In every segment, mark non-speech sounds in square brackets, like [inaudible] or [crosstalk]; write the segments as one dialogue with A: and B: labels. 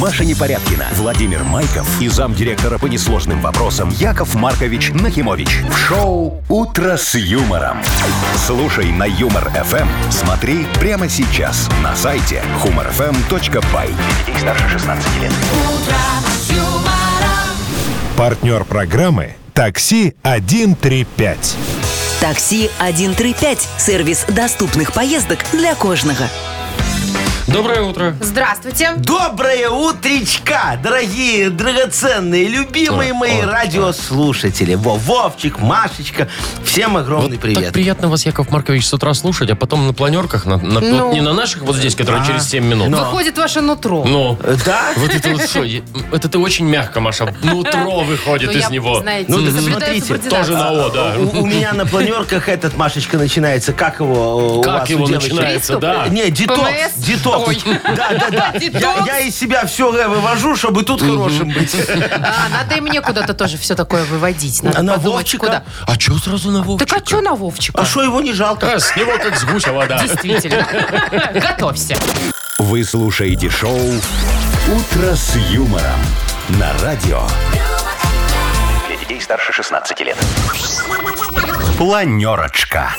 A: Маша Непорядкина, Владимир Майков и замдиректора по несложным вопросам Яков Маркович Нахимович. В шоу «Утро с юмором». Слушай на «Юмор-ФМ». Смотри прямо сейчас на сайте humorfm.by. Для детей старше 16 лет.
B: Партнер программы «Такси 135».
C: Такси 135 – сервис доступных поездок для кожного.
D: Доброе утро.
E: Здравствуйте.
F: Доброе утречка, дорогие, драгоценные, любимые
D: Ой,
F: мои
D: ой,
F: радиослушатели. Во, Вовчик, Машечка, всем огромный
D: Так
F: привет.
D: приятно вас, Яков Маркович, с утра слушать, а потом на планерках, на, на-
E: Ну. А.
D: вот не на наших вот здесь, которые через 7 минут.
E: Выходит ваше нутро.
D: Ну,
F: Э, Да?
D: вот это вот что, е- это ты очень мягко, Маша, нутро выходит
E: Ну,
D: из
E: я,
D: него.
E: знаете,
F: Ну,
E: не
F: так
E: соблюдаю
F: смотрите,
E: субординацию.
D: Тоже на О, да.
F: У, у меня на планерках этот, Машечка, начинается. Как его э, у
D: Как
F: вас,
D: его
F: у девочек? Э,
D: начинается,
E: Приступ?
D: да.
F: Не,
E: ПМС?
F: детокс, детокс.
E: Ой.
F: Да,
E: [laughs]
F: да, да. Я,
E: Детокс?
F: я из себя все вывожу, чтобы тут хорошим быть.
E: А, надо и мне куда-то тоже все такое выводить. Надо
F: А на
E: подумать,
F: Вовчика?
E: куда.
D: А что сразу на
E: Так
D: Вовчика?
E: а что на Вовчика?
F: А что его не жалко?
D: А, С него как с гуся вода.
E: Действительно. Готовься.
A: Вы слушаете шоу «Утро с юмором» на радио. Для детей старше 16 лет. Планерочка.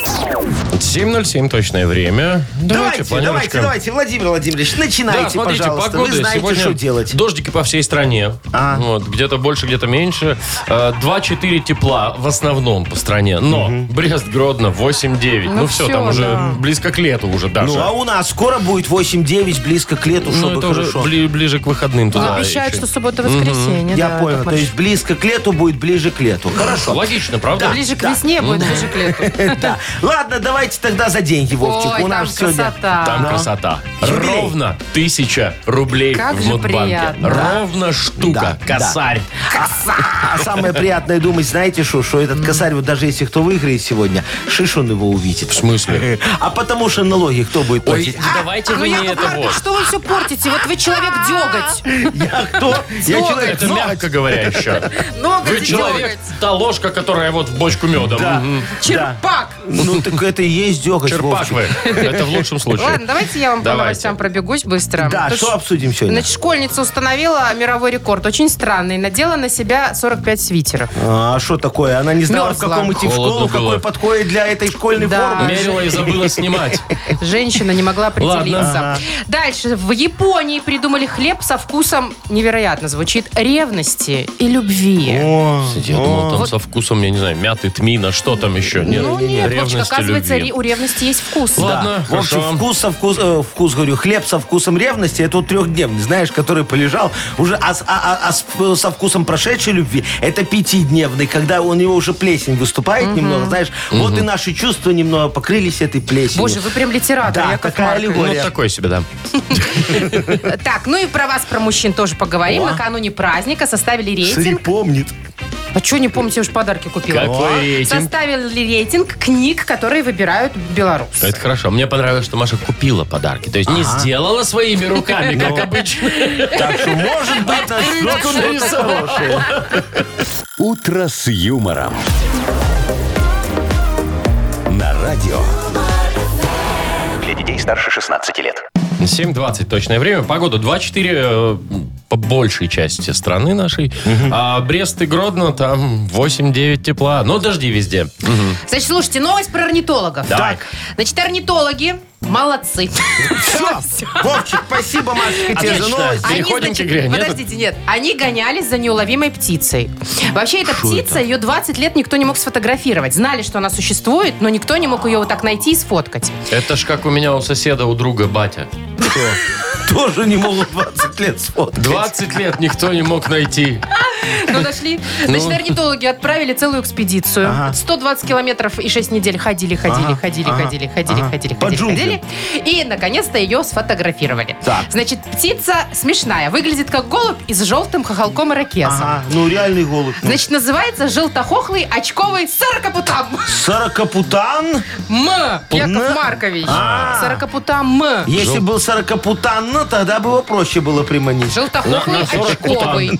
D: 7.07 точное время.
F: Давайте, давайте,
D: планерочка.
F: давайте, Владимир Владимирович,
D: Да,
F: начинайте,
D: смотрите,
F: типа, пожалуйста.
D: погода
F: Вы знаете,
D: сегодня
F: что делать.
D: Дождики по всей стране.
F: А.
D: Вот, где-то больше, где-то меньше. Э, 2-4 тепла в основном по стране. Но Брест, Гродно 8-9. Ну,
E: Ну
D: все,
E: всё,
D: там
E: да.
D: уже близко к лету уже даже.
F: Ну, а у нас скоро будет 8-9, близко к лету,
D: Ну,
F: чтобы
D: это уже
F: хорошо.
D: бли- ближе к выходным
F: А,
D: туда.
E: Обещают,
D: еще.
E: что суббота-воскресенье.
F: Я
E: да,
F: понял,
E: Яков
F: то есть близко к лету будет ближе к лету. Хорошо.
D: Логично, правда?
E: Маркович. Ближе к весне будет, ближе к лету.
F: Да. [laughs] Ладно, давайте тогда за деньги, Вовчик.
E: Ой,
F: У
E: там
F: нас сегодня...
D: Там
E: красота.
D: красота.
F: Юбилей.
D: Ровно тысяча рублей
E: Как
D: в
E: же
D: Мудбанке.
E: приятно.
D: Ровно штука.
F: Да,
D: Косарь.
F: А самое приятное думать, знаете что, что этот косарь, вот даже если кто выиграет сегодня, шиш он его увидит.
D: В
F: [laughs]
D: смысле?
F: А потому что налоги кто будет
D: Ой,
F: платить?
D: давайте
E: Ну,
D: вы не
E: Яков
D: это
E: Маркович,
D: вот.
E: что вы все портите? Вот вы человек деготь.
F: Я кто? Я человек.
D: Ну, Это мягко говоря еще. Вы
E: Ноготь и
D: человек,
E: деготь.
D: та ложка, которая вот в бочку меда.
F: Да,
D: Мгм.
F: да.
E: Черпак.
F: Ну так это и есть деготь,
D: Черпак
F: Вовчик.
D: вы. Это в лучшем
E: Ладно,
D: случае.
E: давайте я вам по
D: Давайте.
E: новостям пробегусь быстро.
F: Да,
E: Тут
F: что обсудим сегодня?
E: Значит, школьница установила мировой рекорд. Очень странный. Надела на себя 45 свитеров.
F: А что такое? Она не знала, в
E: Мерзла.
F: каком идти в
D: Холодно
F: школу,
D: было.
F: какой подходит для этой школьной
E: Да.
F: формы.
D: Мерила и забыла снимать.
E: Женщина не могла
D: Ладно.
E: определиться. Дальше. В Японии придумали хлеб со вкусом, невероятно звучит, ревности и любви.
F: О,
D: Я думал, там со вкусом, я не знаю, мяты, тмина, что там еще. Нет,
E: Ну нет, Вовчик,
D: ревности,
E: оказывается,
D: любви.
E: ре- у ревности есть вкус.
D: Ладно.
F: Да. В
D: хорошо.
F: общем, вкус со вкус, э, вкус, говорю, хлеб со вкусом ревности, это вот трехдневный, знаешь, который полежал уже, а, с- а- а- а с- э, со вкусом прошедшей любви, это пятидневный, когда у него уже плесень выступает немного, знаешь, вот и наши чувства немного покрылись этой плесенью.
E: Боже, вы прям литератор,
F: Да,
E: Яков
F: такая
E: Маркович.
D: Ну,
F: аллегория.
D: такой себе, да.
E: Так, ну и про вас, про мужчин тоже поговорим.
F: О.
E: Накануне праздника составили рейтинг.
F: помнит.
E: А что не помните, я уж подарки купила.
D: Какой рейтинг?
E: Составили рейтинг книг, которые выбирают белорусы.
D: Это хорошо. Мне понравилось, что Маша купила подарки. То есть не сделала своими руками, как обычно.
F: Так что, может быть, нас ждет что-то хорошее.
A: «Утро с юмором». На радио. Для детей старше 16 лет.
D: 7.20 точное время. Погода 2.4 э, по большей части страны нашей. А Брест и Гродно там 8-9 тепла. Но дожди везде.
E: Значит, слушайте, новость про орнитологов.
D: Давай.
E: Значит, орнитологи молодцы.
F: Все. Вовчик, спасибо, Машечка, тебе за
D: Отлично.
F: новости.
E: Они,
D: Переходим
E: значит,
D: к игре, нет?
E: Подождите, нет. Они гонялись за неуловимой птицей. Вообще, эта птица, ее 20 лет никто не мог сфотографировать. Знали, что она существует, но никто не мог ее вот так найти и
F: [laughs]
E: сфоткать.
D: Это ж как у меня у соседа, у друга батя. А
F: Тоже не могут 20 лет сфоткать.
D: 20 лет никто не мог найти.
E: Ну, нашли. Значит,
D: Ну.
E: орнитологи отправили целую экспедицию. 120 километров и 6 недель ходили, ходили,
F: Ага,
E: ходили,
F: ага,
E: ходили, ходили,
F: ага.
E: ходили,
F: По
E: ходили,
F: джунглям.
E: ходили. И, наконец-то, ее сфотографировали.
F: Так.
E: Значит, птица смешная. Выглядит как голубь и с желтым хохолком и ракесом.
F: Ага, ну реальный голубь. ну.
E: Значит, называется желтохохлый очковый сорокопутам.
F: Сорокопутан?
E: М.
F: Путна?
E: Яков Маркович.
F: А.
E: Сорокопутам М.
F: Если был сорокопутан, ну, тогда бы его проще было приманить.
E: Желтохохлый
D: На- на сорокопутам.
E: очковый.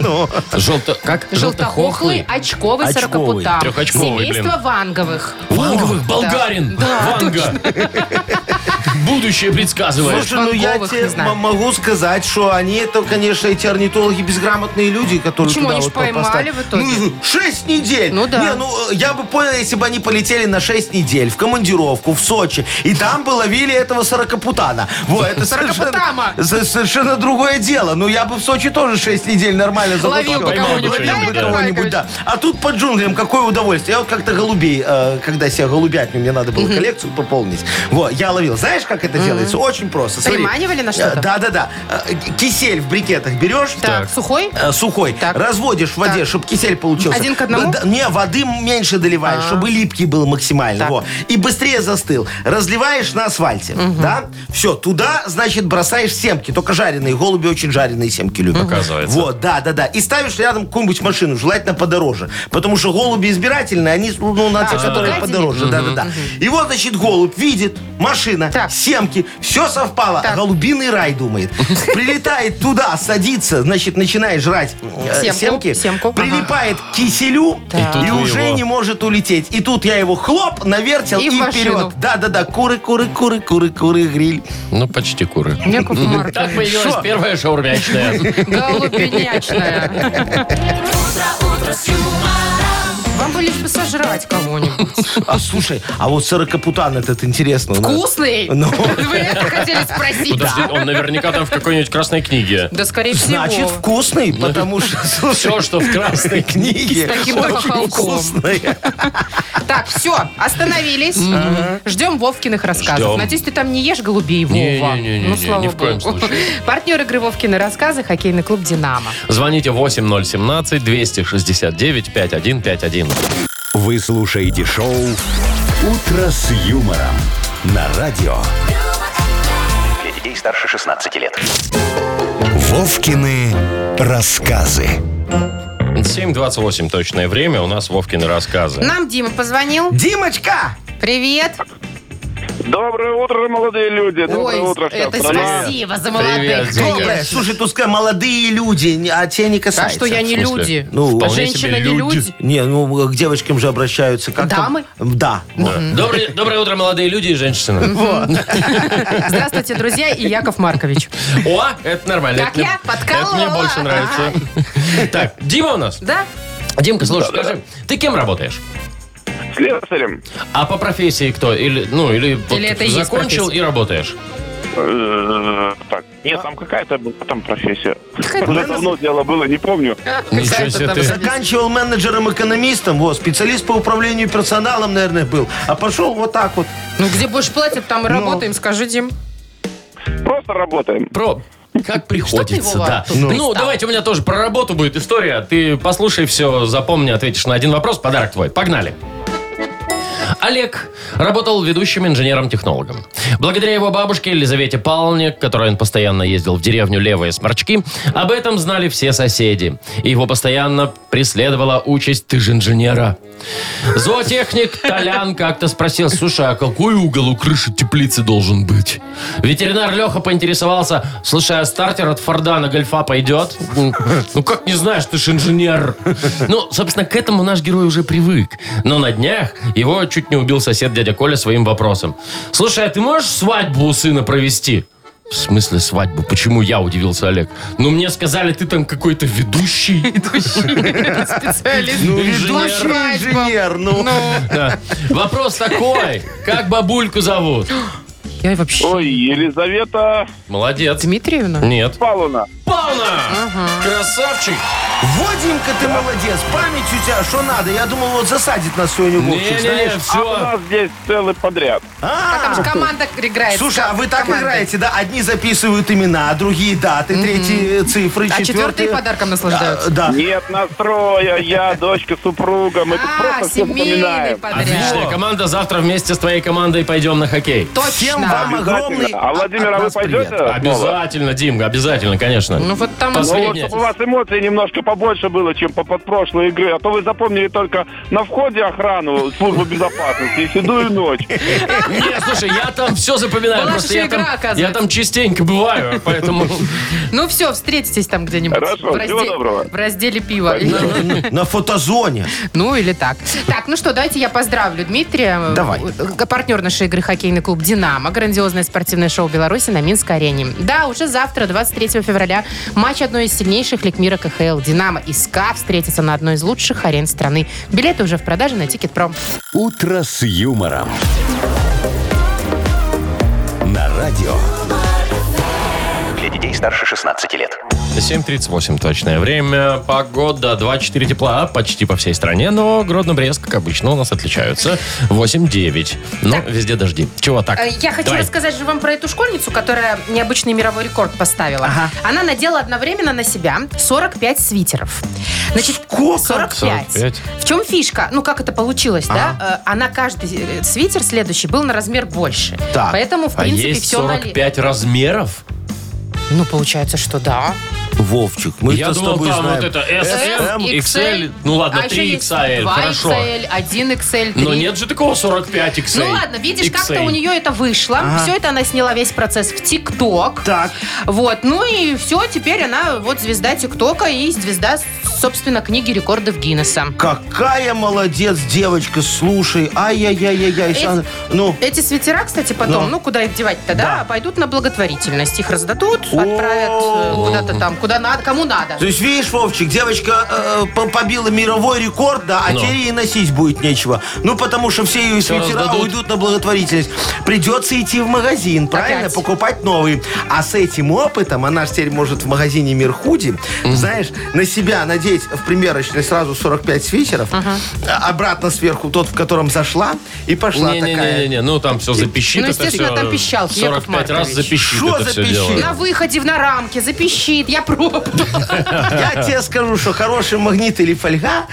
D: Желто... Как?
E: Желтохохлый очковый
F: Очковый.
E: сорокопутам.
D: Трехочковый, блин.
E: Семейство ванговых.
D: Ванговых, болгарин. Ванга. Будущее предсказываешь.
F: Слушай, ну я
E: Ванговых, не
F: тебе
E: знаю.
F: м- могу сказать, что они это, конечно, эти орнитологи безграмотные люди, которые
E: Почему?
F: туда
E: Они ж
F: вот по-
E: поймали
F: поставили.
E: в итоге.
F: Ну, шесть недель.
E: Ну да.
F: Не, ну э, я бы понял, если бы они полетели на шесть недель в командировку в Сочи, и там бы ловили этого сорокопутана. Вот, это совершенно,
E: Сорокопутама.
F: со- совершенно другое дело. Ну я бы в Сочи тоже шесть недель нормально
E: Ловил бы
F: забутал.
D: кого-нибудь,
F: Ловил бы
D: Яков
F: кого-нибудь,
E: Маркович.
F: да. А тут по джунглям какое удовольствие. Я вот как-то голубей, э, когда себя голубятню, мне надо было коллекцию пополнить. Вот, я ловил. Знаешь, как это делается? Очень просто. Смотри.
E: Приманивали на что-то?
F: Э, Да-да-да. Э, Кисель в брикетах берешь.
E: Так, сухой?
F: э, Сухой.
E: Так.
F: Разводишь в воде,
E: Так.
F: чтобы кисель получился.
E: Один к одному? А.
F: Да, Не, воды меньше доливаешь, чтобы липкий был максимально.
E: Так.
F: Во. И быстрее застыл. Разливаешь на асфальте. Да? Все, туда, значит, бросаешь семки. Только жареные. Голуби очень жареные семки любят.
D: Оказывается.
F: Вот, да, да, да. И ставишь рядом какую-нибудь машину, желательно подороже. Потому что голуби избирательные, они ну, на те,
E: чтобы
F: которые
E: гадили.
F: подороже. Да, да, да. И вот, значит, голубь видит, машина,
E: Так.
F: семки, все совпало.
E: Так.
F: А Голубиный рай думает. Прилетает туда, садится, значит, начинает жрать э,
E: Семку,
F: семки,
E: семку, ага.
F: прилипает к киселю
E: Так.
D: И
F: и
D: тут вы
F: уже
D: его.
F: не может улететь. И тут я его хлоп, навертел
E: И
F: и
E: в машину.
F: вперед. Да, да, да. Куры, куры, куры, куры, куры, гриль.
D: Ну, почти куры.
E: Яков
D: Так
E: Маркович.
D: появилась первая
E: [laughs]
D: шаурмячная.
E: Голубенячная. Вам бы лишь бы сожрать кого-нибудь.
F: А слушай, а вот сорокопутан этот интересный.
E: Вкусный?
F: Ну.
E: Вы это хотели спросить?
D: Подожди, он наверняка там в какой-нибудь красной книге.
E: Да, скорее всего. Ну,
F: Значит, вкусный, потому что, слушай,
D: Все, что в красной книге.
F: книги
E: таким
F: очень
E: хохолком.
F: вкусные.
E: Так, все, остановились. Ждем Вовкиных рассказов.
D: Ждем.
E: Надеюсь, ты там не ешь голубей, Вова.
D: Не-не-не-не-не,
E: ну, слава
D: ни в коем
E: богу.
D: случае.
E: Партнер игры Вовкины рассказы хоккейный клуб «Динамо».
D: Звоните 8017-269-5151.
A: Вы слушаете шоу «Утро с юмором» на радио.
G: Для детей старше 16 лет.
A: Вовкины рассказы.
D: 7.28 точное время. У нас Вовкины рассказы.
E: Нам Дима позвонил.
F: Димочка!
E: Привет.
H: Доброе утро, молодые люди. Доброе
E: Ой,
H: утро, вся
E: это
H: страна.
E: спасибо за молодых.
D: Привет, Димка.
F: Доброе.
E: конечно.
F: Слушай, тут сказали, молодые люди, не- а те не
E: А
F: касается.
E: что, я не
D: В смысле?
E: люди?
F: Ну,
E: А
D: Вполне
E: Женщина
D: себе
E: не
D: люди.
E: люди?
F: Не, ну к девочкам же обращаются. Как там?
E: Дамы? Ну,
F: Да. вот.
D: Добрый- Доброе утро, молодые люди и женщины.
E: Здравствуйте, друзья, и Яков Маркович.
D: О, это нормально.
E: Как
D: Это мне-
E: я подкалывала.
D: Это мне больше нравится. Так, Дима у нас.
E: Да?
D: Димка, слушай, скажи, ты кем работаешь?
H: Слесарем.
D: А по профессии кто? Или, ну, или, вот
E: Или это и есть
D: закончил
E: профессия?
D: и работаешь?
H: Э, Так, нет, там какая-то была там профессия. Уже давно дело было, не помню.
D: Ничего себе ты.
F: Заканчивал менеджером-экономистом, вот, специалист по управлению персоналом, наверное, был. А пошел вот так вот.
E: Ну, где больше платят, там и работаем, скажи, Дим.
H: Просто работаем.
D: Про... Как приходится,
E: Вова,
D: да.
E: тут
D: Ну,
E: пристал?
D: давайте, у меня тоже про работу будет история. Ты послушай все, запомни, ответишь на один вопрос, подарок твой. Погнали. Олег работал ведущим инженером-технологом. Благодаря его бабушке Елизавете Павловне, к которой он постоянно ездил в деревню Левые Сморчки, об этом знали все соседи. И Его постоянно преследовала участь «ты же инженера». Зоотехник Толян как-то спросил, слушай, а какой угол у крыши теплицы должен быть? Ветеринар Леха поинтересовался, слушай, а стартер от Форда на гольфа пойдет? Ну как не знаешь, ты ж инженер. Ну, собственно, к этому наш герой уже привык. Но на днях его чуть не убил сосед дядя Коля своим вопросом. Слушай, а ты можешь свадьбу у сына провести? В смысле свадьбу? Почему я, удивился Олег. Ну, мне сказали, ты там какой-то ведущий.
E: Специалист.
F: Ну,
D: Инженер.
F: ведущий инженер, ну.
D: Да. Вопрос такой. Как бабульку зовут?
E: Я вообще...
H: Ой, Елизавета
D: Молодец.
E: Дмитриевна?
D: Нет.
H: Павловна.
D: Пауна! Красавчик!
F: Вот, Димка, ты молодец. Память у тебя, что надо? Я думал, вот засадит нас сегодня Вовчик, знаешь.
D: Не-не-не,
H: А у
D: все.
H: нас здесь целый подряд.
E: А там же команда играет.
F: Слушай, а вы так
E: Команда.
F: играете, да? Одни записывают имена, другие даты, третьи цифры,
E: А четвертые подарком наслаждаются.
F: А, Да.
H: Нет настроя, я дочка супруга. Мы тут
E: А,
H: просто все
E: семейный
H: вспоминаем.
E: подряд.
D: Отличная команда. Завтра вместе с твоей командой пойдем на хоккей.
E: Точно.
F: Всем вам огромный...
H: Обязательно. А
F: от
H: Владимир, а вы
F: нас привет.
H: пойдете? снова?
D: Обязательно, Димка, обязательно, конечно. конечно.
E: Ну вот там...
H: Ну вот,
D: Последняя.
H: чтобы у вас эмоций немножко побольше было, чем по подпрошлой игры. А то вы запомнили только на входе охрану службы безопасности и седую ночь.
D: Не, слушай, я там все запоминаю.
E: Была
D: просто
E: же
D: я,
E: игра,
D: там,
E: оказывается.
D: я там частенько бываю, поэтому...
E: Ну все, встретитесь там где-нибудь.
H: Хорошо,
E: в
H: всего доброго.
E: В разделе пива.
F: На фотозоне.
E: Ну или так. Так, ну что, давайте я поздравлю Дмитрия.
F: Давай.
E: Э, Партнер нашей игры хоккейный клуб «Динамо». Грандиозное спортивное шоу Беларуси на Минской арене. Да, уже завтра, 23 февраля, матч одной из сильнейших лиг мира КХЛ «Динамо» и СКА встретятся на одной из лучших арен страны. Билеты уже в продаже на Тикет.Пром.
A: «Утро с юмором». На радио.
G: Для детей старше 16 лет.
D: 7.38 точное время. Погода 2-4 тепла почти по всей стране, но Гродно-Брест, как обычно, у нас отличаются. 8-9. Но везде дожди. Чего так?
E: Э, Я хочу
D: Давай.
E: рассказать же вам про эту школьницу, которая необычный мировой рекорд поставила. Она надела одновременно на себя 45 свитеров. Значит, 45.
D: 45.
E: В чем фишка? Ну, как это получилось, да? Э, Она каждый э, свитер следующий был на размер больше.
F: Так.
E: Поэтому, в
D: А
E: принципе,
D: есть
E: все
D: 45 размеров?
E: Ну, получается, что да.
F: Вовчик, мы
D: Я
F: это с
D: думал,
F: тобой
D: там
F: знаем. Эм,
D: вот это SM, XL. Ну ладно,
E: а еще
D: 3
E: есть
D: XL,
E: 2
D: хорошо.
E: XL, 1 XL, 3
D: Но нет же такого 45 XL.
E: Ну ладно, видишь, как-то
D: XL.
E: у нее это вышло. Все это она сняла весь процесс в ТикТок.
F: Так.
E: Вот, ну и все, теперь она вот звезда ТикТока и звезда, собственно, книги рекордов Гиннесса.
F: Какая молодец девочка, слушай. Ай-яй-яй-яй-яй.
E: Эти-
F: Сан- Ну,
E: Эти свитера, кстати, потом,
F: Ну.
E: ну куда их девать-то, да,
F: Да.
E: пойдут на благотворительность. Их раздадут, отправят э,
F: О.
E: куда-то там, куда надо, кому надо.
F: то есть, видишь, Вовчик, девочка э, по- побила мировой рекорд, да, а
D: Ну.
F: теперь ей носить будет нечего. Ну, потому что все ее
D: Всё
F: свитера
D: раздадут.
F: уйдут на благотворительность. Придется идти в магазин, правильно?
E: Опять.
F: Покупать новые. А с этим опытом она же теперь может в магазине Мир Худи, знаешь, на себя надеть в примерочной сразу 45 свитеров, а обратно сверху тот, в котором зашла, и пошла такая.
D: Не-не-не, ну там все запищит.
E: Ну,
D: это
E: естественно,
D: всё.
E: там пищалки, Яков
D: 45 раз
E: Маркович.
D: запищит
F: Шо
D: это все
F: запищит?
D: дело.
E: На выходе, в на рамке, запищит, я пробовала.
F: Я тебе скажу, что хороший магнит или фольга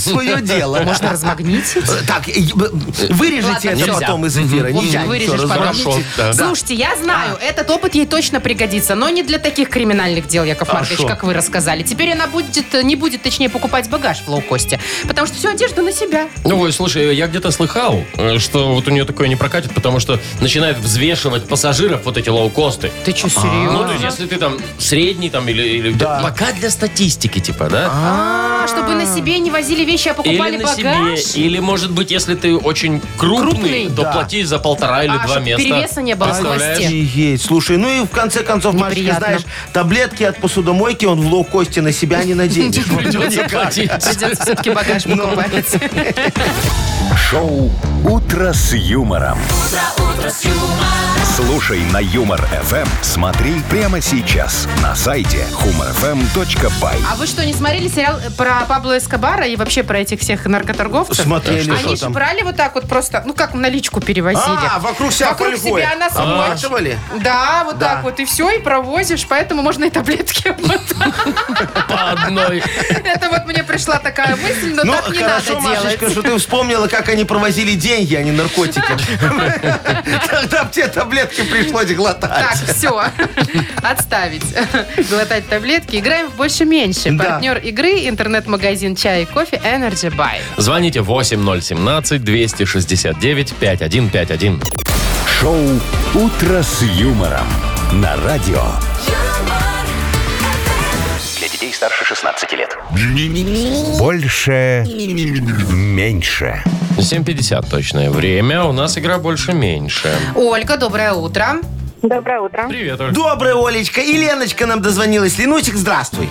D: [laughs]
F: свое дело.
E: Можно размагнитить.
F: Э, Так, и, б- вырежете
E: Ладно,
F: это
E: нельзя.
F: потом из эфира.
E: Мгм.
F: Нельзя
E: Вырежешь
F: ничего
E: потом.
F: разобрать.
D: Хорошо, да.
E: Слушайте, я знаю, этот опыт ей точно пригодится, но не для таких криминальных дел, Яков
F: А
E: Маркович,
F: шо?
E: как вы рассказали. Теперь она будет, э, не будет, точнее, покупать багаж в лоукосте, потому что всю одежду на себя.
D: Ну, ой, слушай, я где-то слыхал, э, что вот у нее такое не прокатит, потому что начинают взвешивать пассажиров вот эти лоукосты.
E: Ты
F: А,
E: что,
D: Ну, то есть,
E: серьезно?
D: если ты там средний там или... или- Пока для статистики, типа, да?
E: А, чтобы на себе не возили вещи, а покупали
D: Или на себе,
E: багаж?
D: или, может быть, если ты очень крупный,
E: Крупный,
D: то плати за полтора или
E: А,
D: два
E: чтоб
D: места.
E: перевеса не было в
D: Представляешь?
E: хвосте.
F: Офигеть. Слушай, ну и в конце концов, Машечка,
E: Неприятно.
F: знаешь, таблетки от посудомойки он в лоукосте на себя не наденет.
E: [laughs]
F: Ну.
D: Придется платить. [laughs]
E: Придется все-таки багаж покупать.
A: Шоу «Утро с юмором». Слушай на Юмор ФМ. Смотри прямо сейчас на сайте humorfm.by.
E: А вы что, не смотрели сериал э, про Пабло Эскобара и вообще про этих всех наркоторговцев?
F: Смотрели,
E: Они
F: что
E: же
F: там.
E: брали вот так вот просто, ну как наличку перевозили.
F: А, вокруг себя
E: Вокруг
F: фольгой.
E: себя она собой.
F: Обматывали?
E: Да, вот
F: Да.
E: так вот, и все, и провозишь, поэтому можно и таблетки [laughs] обмотать.
D: По одной.
E: Это вот мне пришла такая мысль, но
F: Ну,
E: так не
F: хорошо,
E: надо
F: Машечка,
E: делать.
F: что ты вспомнила, как они провозили деньги, а не наркотики.
E: [laughs]
F: Тогда б тебе таблетки пришлось
E: Так,
F: глотать.
E: все. Отставить. Глотать таблетки. Играем в больше-меньше.
F: Да.
E: Партнер игры, интернет-магазин чая и кофе Energy Buy.
D: Звоните 8017-269-5151.
A: Шоу «Утро с юмором» на радио.
G: Для детей старше 16 лет.
B: Больше.
A: Меньше.
D: 7.50 точное время. У нас игра больше-меньше.
E: Ольга, доброе утро.
I: Доброе утро.
D: Привет, Оль.
F: Доброе, Олечка. И Леночка нам дозвонилась. Ленусик, здравствуй.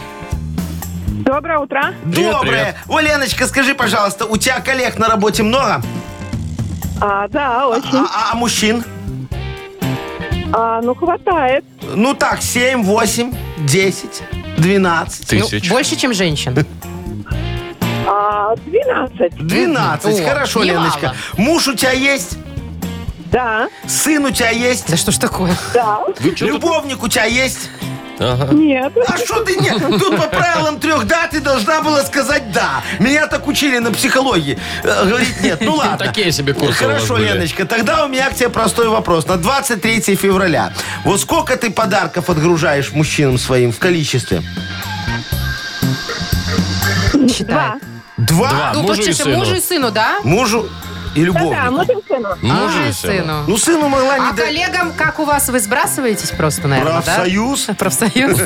I: Доброе утро.
D: Привет, привет.
F: Доброе. О, Леночка, скажи, пожалуйста, у тебя коллег на работе много?
I: А, да, очень.
F: А, а- а мужчин?
I: А, ну, хватает.
F: Ну так, 7, 8, 10, 12.
E: Ну,
D: Тысяч.
E: больше,
D: [laughs]
E: чем женщин.
I: А, 12.
F: 12.
E: О,
F: Хорошо,
E: немало.
F: Леночка. Муж у тебя есть?
I: Да,
F: Сын у тебя есть?
E: Да что ж такое?
I: да.
F: Любовник у тебя есть?
I: Нет.
F: А что ты нет? Тут по правилам трех да ты должна была сказать да. Меня так учили на психологии. Э, Говорить нет. Ну ладно.
D: Такие себе курсы у вас
F: Хорошо,
D: были.
F: Леночка, тогда у меня к тебе простой вопрос. На 23 февраля. Вот сколько ты подарков отгружаешь мужчинам своим в количестве?
E: Считай.
F: Два.
E: Ну,
D: А Мужу и
E: получается,
D: сыну.
E: мужу и сыну, да?
F: Мужу и
I: Да-да,
F: любовнику.
I: мужу и сыну.
D: Мужу
E: А,
D: и сыну.
F: Ну, сыну могла не
E: А
F: дать.
E: коллегам, как у вас, вы сбрасываетесь просто, наверное, да?
F: Профсоюз?
D: [laughs]
E: Профсоюз.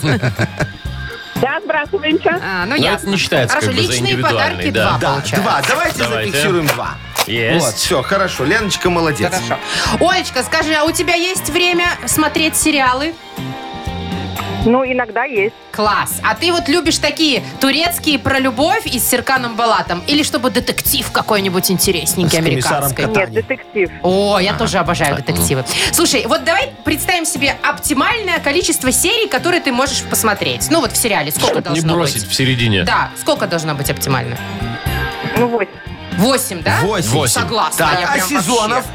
I: Да, сбрасываемся.
E: А, Ну,
D: это
E: ясно.
D: не считается
E: Хорошо,
D: как бы за
E: личные
D: индивидуальный,
E: подарки
D: да.
E: два,
F: Да,
E: получается.
F: два. Давайте,
D: Давайте.
F: зафиксируем два.
D: Есть.
F: Вот, все, хорошо. Леночка молодец.
E: Хорошо. Олечка, скажи, а у тебя есть время смотреть сериалы?
I: Ну, иногда есть.
E: Класс. А ты вот любишь такие турецкие про любовь и с Серканом Балатом? Или чтобы детектив какой-нибудь интересненький
F: С комиссаром
E: американский?
F: Кат-
I: Нет,
F: Таня.
I: детектив.
E: О, я тоже обожаю
F: ну.
E: детективы. Слушай, вот давай представим себе оптимальное количество серий, которые ты можешь посмотреть. Ну вот в сериале сколько
D: Не
E: должно
D: бросить
E: быть?
D: в середине.
E: Да, сколько должно быть оптимально?
I: Ну, восемь.
E: Восемь, да?
F: Восемь.
D: Восемь.
E: Согласна.
F: Так,
E: я
F: а
E: прям вообще.
F: сезонов?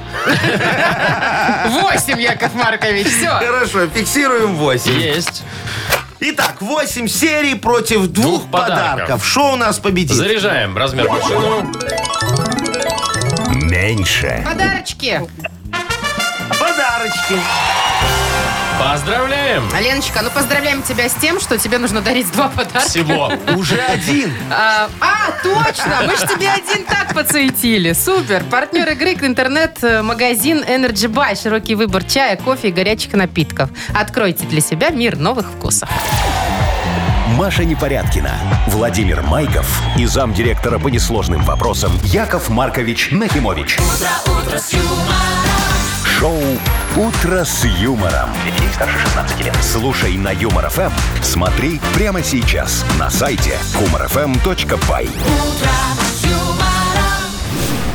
E: Восемь, Яков Маркович, все.
F: Хорошо, фиксируем 8.
D: Есть.
F: Итак, 8 серий против двух,
D: Двух подарков.
F: подарков. Что у нас победит?
D: Заряжаем размер машину.
A: Меньше.
E: Подарочки.
F: Подарочки.
D: Поздравляем.
E: А, Леночка, ну поздравляем тебя с тем, что тебе нужно дарить два подарка.
D: Всего.
F: Уже один.
E: А, а, точно! Мы же тебе один так подсуетили. Супер! Партнер игры интернет-магазин Energy Buy. Широкий выбор чая, кофе и горячих напитков. Откройте для себя мир новых вкусов.
A: Маша Непорядкина, Владимир Майков и замдиректора по несложным вопросам Яков Маркович Нахимович. Шоу Утро с юмором. Для детей старше 16 лет. Слушай на юмор ФМ. Смотри прямо сейчас на сайте humorfm.by.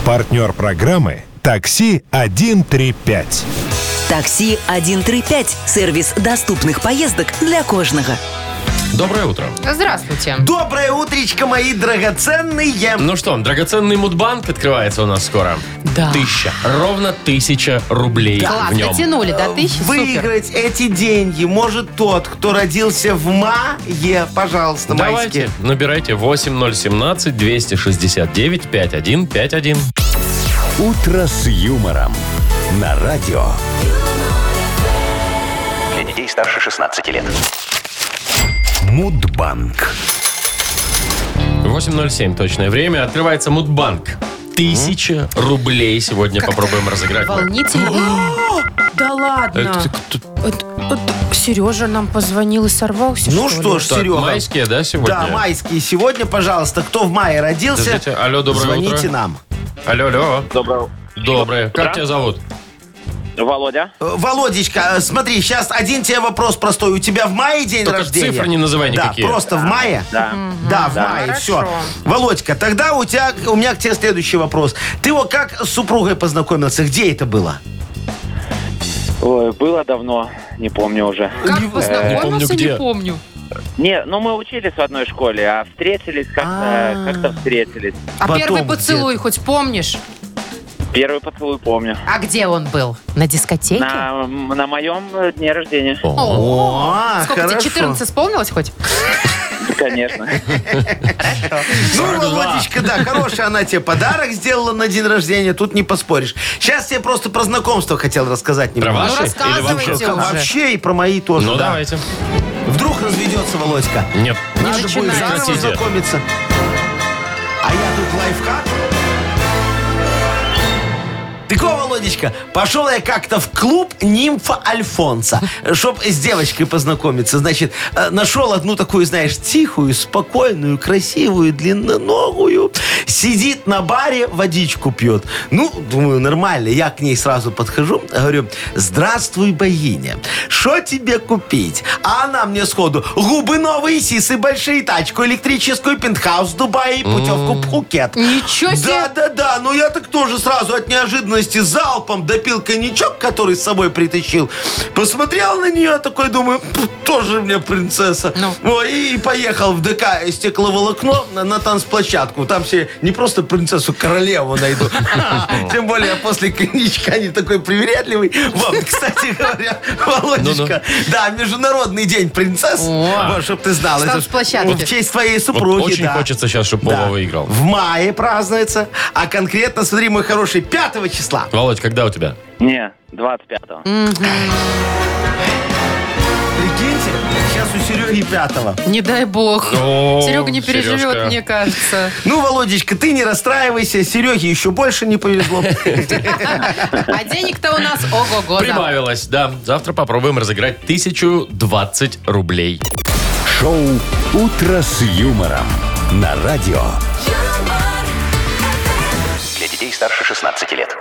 B: Партнер программы «Такси 135».
C: Такси 135. Сервис доступных поездок для кожного.
D: Доброе утро.
E: Здравствуйте.
F: Доброе утречко, мои драгоценные.
D: Ну что, драгоценный мудбанк открывается у нас скоро.
E: Да.
D: Тысяча. Ровно тысяча рублей в
E: Класс,
D: нем.
E: дотянули до тысячи. Супер.
F: Выиграть эти деньги может тот, кто родился в мае. Пожалуйста,
D: Давайте,
F: майские.
D: набирайте 8017 269 5151.
A: Утро с юмором. На радио.
G: Для детей старше 16 лет.
A: Мудбанк.
D: 8.07 точное время. Открывается Мудбанк. Тысяча рублей сегодня попробуем разыграть. мы.
E: Волнительно. Да ладно.
D: Это кто-
E: Сережа нам позвонил и сорвался.
F: Ну что ж,
D: так,
F: Серега.
D: майские, да, сегодня?
F: Да, майские. Сегодня, пожалуйста, кто в мае родился,
D: Подождите, алло, доброе
F: звоните
D: утро.
F: нам.
D: Алло, алло.
H: Доброго.
D: Доброе. Как
H: Да.
D: тебя зовут?
H: Володя.
F: Э, Володечка, э, смотри, сейчас один тебе вопрос простой. У тебя в мае день
D: Только
F: рождения?
D: цифры не называй никакие.
F: Да, просто в мае?
H: Да.
F: Да, в мае,
E: Хорошо.
F: все. Володька, тогда у тебя, у меня к тебе следующий вопрос. Ты вот как с супругой познакомился? Где это было?
H: Ой, было давно, не помню уже.
E: Как познакомился,
D: где.
E: не помню.
H: Не, ну мы учились в одной школе, а встретились как-то,
F: А.
H: как-то встретились.
E: А
F: Потом
E: первый поцелуй хоть помнишь?
H: Первый поцелуй помню.
E: А где он был? На дискотеке?
H: На, на моем э, дне рождения,
D: О,
E: О,
F: О,
E: Сколько
F: хорошо.
E: тебе, 14 исполнилось хоть?
H: [laughs] конечно.
F: Ну, Володечка, да, хороший она тебе подарок сделала на день рождения, тут не поспоришь. Сейчас я просто про знакомство хотел рассказать
D: Про
F: немного.
D: ваши? Или
E: рассказывайте
D: вообще?
E: уже.
F: Вообще и про мои тоже.
D: Ну
F: да.
D: давайте.
F: Вдруг разведется Володька.
D: Нет.
F: Надо будет
E: начинайте.
F: заново
D: Прекратите.
F: знакомиться. А я тут лайфхак. Так о, Володечка, пошел я как-то в клуб «Нимфа Альфонса», чтобы с девочкой познакомиться. Значит, э, нашел одну такую, знаешь, тихую, спокойную, красивую, длинноногую. Сидит на баре, водичку пьет. Ну, думаю, нормально. Я к ней сразу подхожу, говорю, здравствуй, богиня. Что тебе купить? А она мне сходу, губы новые, сисы большие, тачку электрическую, пентхаус в Дубае и путевку в Пхукет.
E: Ничего себе!
F: Да, да, да. Ну я так тоже сразу от неожиданности радости залпом допил коньячок, который с собой притащил. Посмотрел на нее такой, думаю, «Пф, тоже мне принцесса.
E: Ну.
F: Ой, и поехал в ДК стекловолокно на, на танцплощадку. Там себе не просто принцессу, королеву найду. Тем более после коньячка не такой привередливый. Вот, кстати говоря, Володечка, да, Международный день принцесс.
E: О.
F: Вот, чтоб ты знал. это ж
E: Танцплощадки.
F: В честь твоей
D: Вот
F: супруги,
D: очень
F: да.
D: хочется сейчас, чтобы Вова
F: Да.
D: выиграл.
F: В мае празднуется, а конкретно, смотри, мой хороший, 5 числа.
D: Володь, когда у тебя?
H: Не, 25-го.
F: Прикиньте, сейчас у Сереги 5
E: Не дай бог.
D: О,
E: Серега не переживет,
D: Сережка.
E: мне кажется.
F: Ну, Володечка, ты не расстраивайся, Сереге еще больше
D: [laughs]
F: не повезло.
E: А денег-то у нас ого-го. да.
D: Прибавилось, да. Завтра попробуем разыграть 1020 рублей.
A: Шоу «Утро с юмором» на радио.
G: Для детей старше 16 лет.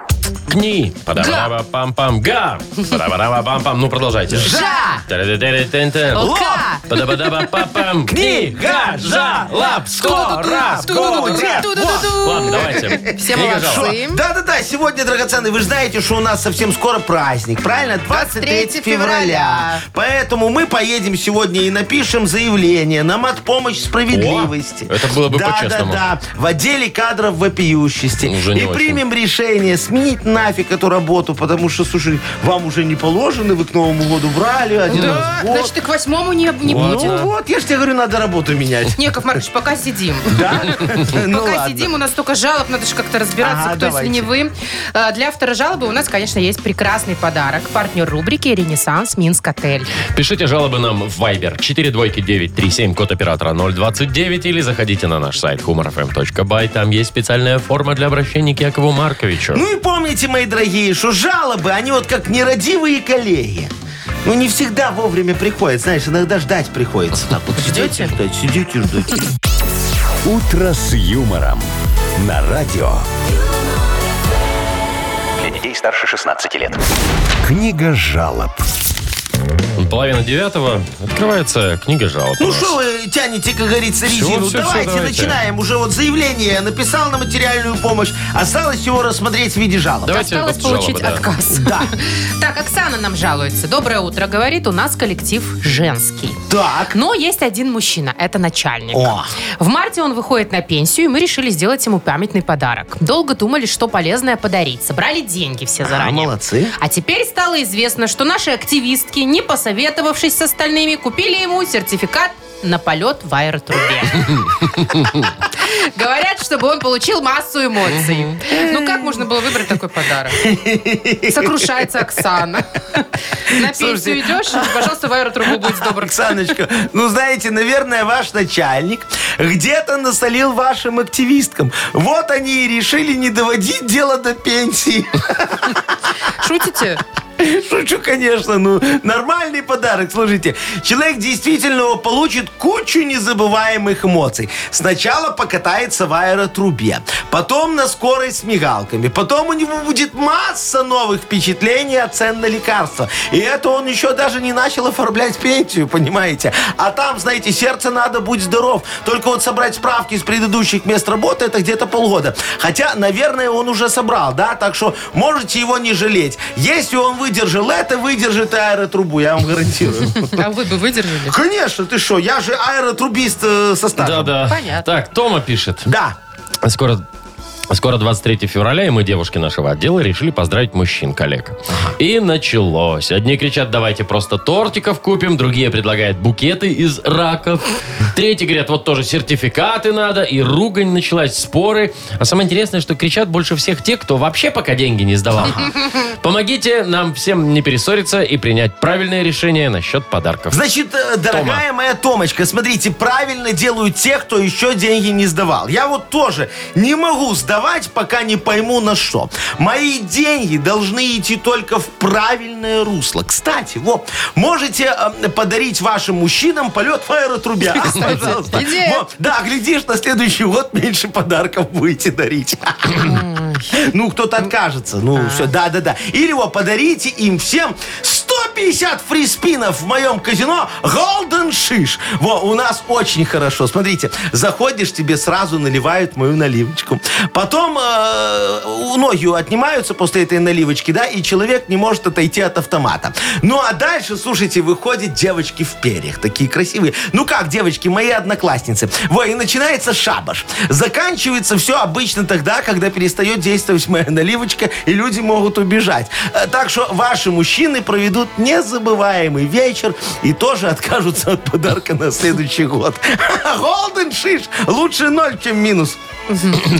D: Кни. Пам-пам. Га. Пам-пам. Ну, продолжайте.
E: Жа!
D: Та-да-да-да-тэн-тэн.
E: Лка!
D: Па-да-ба-да-ба-па-пам. Книга, жалоб, скоро, скоро.
E: Ту-ду-ду-ду-ду-ду-ду-ду.
D: Ладно, давайте.
E: Все
D: Книга жалоб.
E: молодцы.
F: Да-да-да, сегодня, драгоценный, вы же знаете, что у нас совсем скоро праздник, правильно? 23
E: февраля.
F: февраля. Поэтому мы поедем сегодня и напишем заявление на матпомощь справедливости.
D: О, это было бы по-честному.
F: Да-да-да, в отделе кадров вопиющести.
D: Уже не
F: и
D: очень.
F: примем решение сменить нафиг эту работу, потому что, слушай, вам уже не положено, вы к Новому году брали один
E: Да,
F: раз в год.
E: значит, и к восьмому не, не
F: ну
E: будет.
F: вот, я же тебе говорю, надо работу менять.
E: Яков Маркович, пока сидим.
F: Да? Ну
E: Пока
F: ладно.
E: сидим, у нас столько жалоб, надо же как-то разбираться,
F: Ага,
E: кто,
F: давайте.
E: если не вы. Э, Для автора жалобы у нас, конечно, есть прекрасный подарок. Партнер рубрики «Ренессанс Минск Отель».
D: Пишите жалобы нам в Viber 42937, код оператора 029, или заходите на наш сайт humorfm.by. Там есть специальная форма для обращения к Якову Марковичу.
F: Ну и помните, мои дорогие, что жалобы, они вот как нерадивые коллеги. Ну, не всегда вовремя приходят, знаешь, иногда ждать приходится. Так вот сидите, ждать, сидите, ждать.
A: «Утро с юмором» на радио.
G: Для детей старше 16 лет.
A: Книга жалоб.
D: Половина девятого. Открывается книга жалоб. у
F: Ну
D: нас.
F: что вы тянете, как говорится,
D: Всё,
F: резину?
D: всё, всё,
F: давайте,
D: давайте.
F: начинаем. Уже вот заявление написал на материальную помощь. Осталось его рассмотреть в виде жалоб.
D: Давайте
E: Осталось
D: вот
E: получить
D: жалобы, да.
E: отказ.
F: Да.
E: [laughs] Так, Оксана нам жалуется. Доброе утро, говорит, у нас коллектив женский.
F: Так.
E: Но есть один мужчина, это начальник.
F: О.
E: В марте он выходит на пенсию, и мы решили сделать ему памятный подарок. Долго думали, что полезное подарить. Собрали деньги все заранее.
F: молодцы.
E: А теперь стало известно, что наши активистки, не посоветовавшись с остальными, купили ему сертификат на полет в аэротрубе. Говорят, чтобы он получил массу эмоций. Ну как можно было выбрать такой подарок? Сокрушается Оксана. На пенсию
F: Слушайте.
E: идешь, пожалуйста, в аэротрубу будь добр.
F: Оксаночка, ну знаете, наверное, ваш начальник где-то насолил вашим активисткам. Вот они и решили не доводить дело до пенсии.
E: Шутите?
F: [laughs] Шучу, конечно, ну нормальный подарок. Слушайте, человек действительно получит кучу незабываемых эмоций. Сначала покатается в аэротрубе, потом на скорой с мигалками, потом у него будет масса новых впечатлений от цен на лекарства. И это он еще даже не начал оформлять пенсию, понимаете? А там, знаете, сердце надо будь здоров. Только вот собрать справки с предыдущих мест работы это где-то полгода. Хотя, наверное, он уже собрал, да? Так что можете его не жалеть. Если он выдержал это, выдержит и аэротрубу, я вам гарантирую.
E: А вы бы выдержали?
F: Конечно, ты что, я же аэротрубист э, со стажем.
D: Да-да.
E: Понятно.
D: Так, Тома пишет.
F: Да.
D: Скоро... Скоро 23 февраля, и мы, девушки нашего отдела, решили поздравить мужчин, коллег. И началось. Одни кричат, давайте просто тортиков купим, другие предлагают букеты из
E: [laughs]
D: раков. Третьи говорят, вот тоже сертификаты надо, и ругань началась, споры. А самое интересное, что кричат больше всех те, кто вообще пока деньги не сдавал. Помогите нам всем не перессориться и принять правильное решение насчет подарков.
F: Значит, э, дорогая моя Томочка, смотрите, правильно делают те, кто еще деньги не сдавал. Я вот тоже не могу сдавать, пока не пойму на что. Мои деньги должны идти только в правильное русло. Кстати, вот, можете э, подарить вашим мужчинам полет в аэротрубе. А, пожалуйста.
E: идея.
F: Вот, Да, глядишь, на следующий год меньше подарков будете дарить. Ну, кто-то откажется. Ну, все, да-да-да. Или вот подарите им всем 100 150 фриспинов в моем казино Golden Шиш. Во, у нас очень хорошо. Смотрите, заходишь, тебе сразу наливают мою наливочку. Потом э, у- ноги отнимаются после этой наливочки, да, и человек не может отойти от автомата. Ну, а дальше, слушайте, выходят девочки в перьях, такие красивые. Ну как, девочки, мои одноклассницы. Во, и начинается шабаш. Заканчивается все обычно тогда, когда перестает действовать моя наливочка, и люди могут убежать. Э, Так что ваши мужчины проведут незабываемый вечер и тоже откажутся от подарка на следующий год. [laughs] Голден шиш! Лучше ноль, чем минус.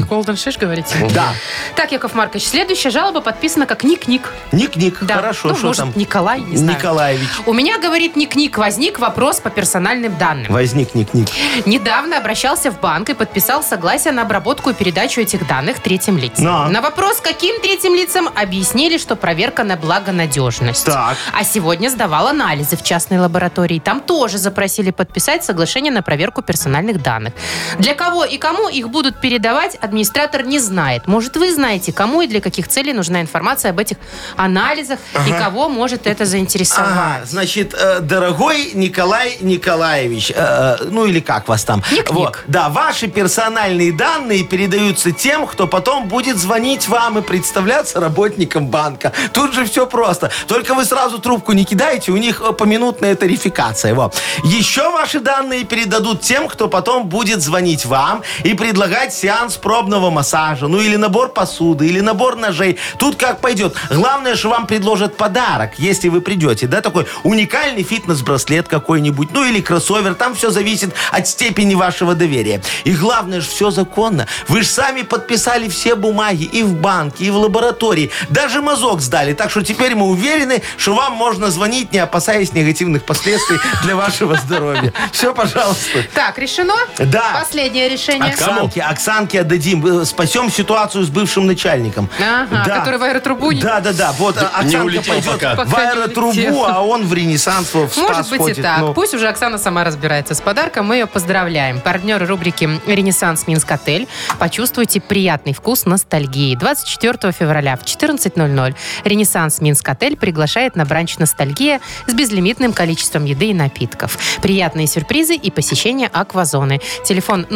E: Голден шиш, говорите?
F: Да.
E: Так, Яков Маркович, следующая жалоба подписана как Ник-Ник.
F: Ник-ник,
E: Да.
F: хорошо,
E: ну,
F: что
E: может,
F: там?
E: Николай, не знаю.
F: Николаевич.
E: У меня, говорит Ник-Ник, возник вопрос по персональным данным.
F: Возник ник-ник.
E: Недавно обращался в банк и подписал согласие на обработку и передачу этих данных третьим лицам.
F: Да.
E: На вопрос, каким третьим лицам, объяснили, что проверка на благонадежность.
F: Так.
E: А сегодня сдавал анализы в частной лаборатории. Там тоже запросили подписать соглашение на проверку персональных данных. Для кого и кому их будут передавать, администратор не знает. Может, вы знаете, кому и для каких целей нужна информация об этих анализах и кого может это заинтересовать.
F: Ага, значит, э, дорогой Николай Николаевич, э, э, ну или как вас там?
E: Ник-ник.
F: да, ваши персональные данные передаются тем, кто потом будет звонить вам и представляться работником банка. Тут же все просто. Только вы сразу трубку не кидаете, у них э, поминутная тарификация. Во. Еще ваши данные передадут тем, кто потом будет звонить вам и предлагать сеанс пробного массажа, ну или набор посуды, или набор ножей. Тут как пойдет. Главное, что вам предложат подарок, если вы придете, да, такой уникальный фитнес-браслет какой-нибудь, ну или кроссовер, там все зависит от степени вашего доверия. И главное же, все законно. Вы же сами подписали все бумаги и в банке, и в лаборатории. Даже мазок сдали, так что теперь мы уверены, что вам можно звонить, не опасаясь негативных последствий для вашего здоровья. Все, пожалуйста.
E: Так, решено?
F: Да.
E: Последнее решение.
D: А
F: Оксанке, Оксанке отдадим. Э, Спасем ситуацию с бывшим начальнику.
E: Ага, который в аэротрубу не-
F: Да, да, да. Вот а,
D: Не
F: Оксанка
D: улетел
F: пойдет
D: пока.
E: Пока
F: в
E: не
F: аэротрубу,
E: улетел.
F: а он в Ренессанс в Спас
E: Может быть
F: ходит.
E: и так.
F: Ну,
E: Пусть уже Оксана сама разбирается с подарком. Мы ее поздравляем. Партнер рубрики «Ренессанс Минск Отель». Почувствуйте приятный вкус ностальгии. 24 февраля в 14.00 «Ренессанс Минск Отель» приглашает на бранч «Ностальгия» с безлимитным количеством еды и напитков. Приятные сюрпризы и посещение аквазоны. Телефон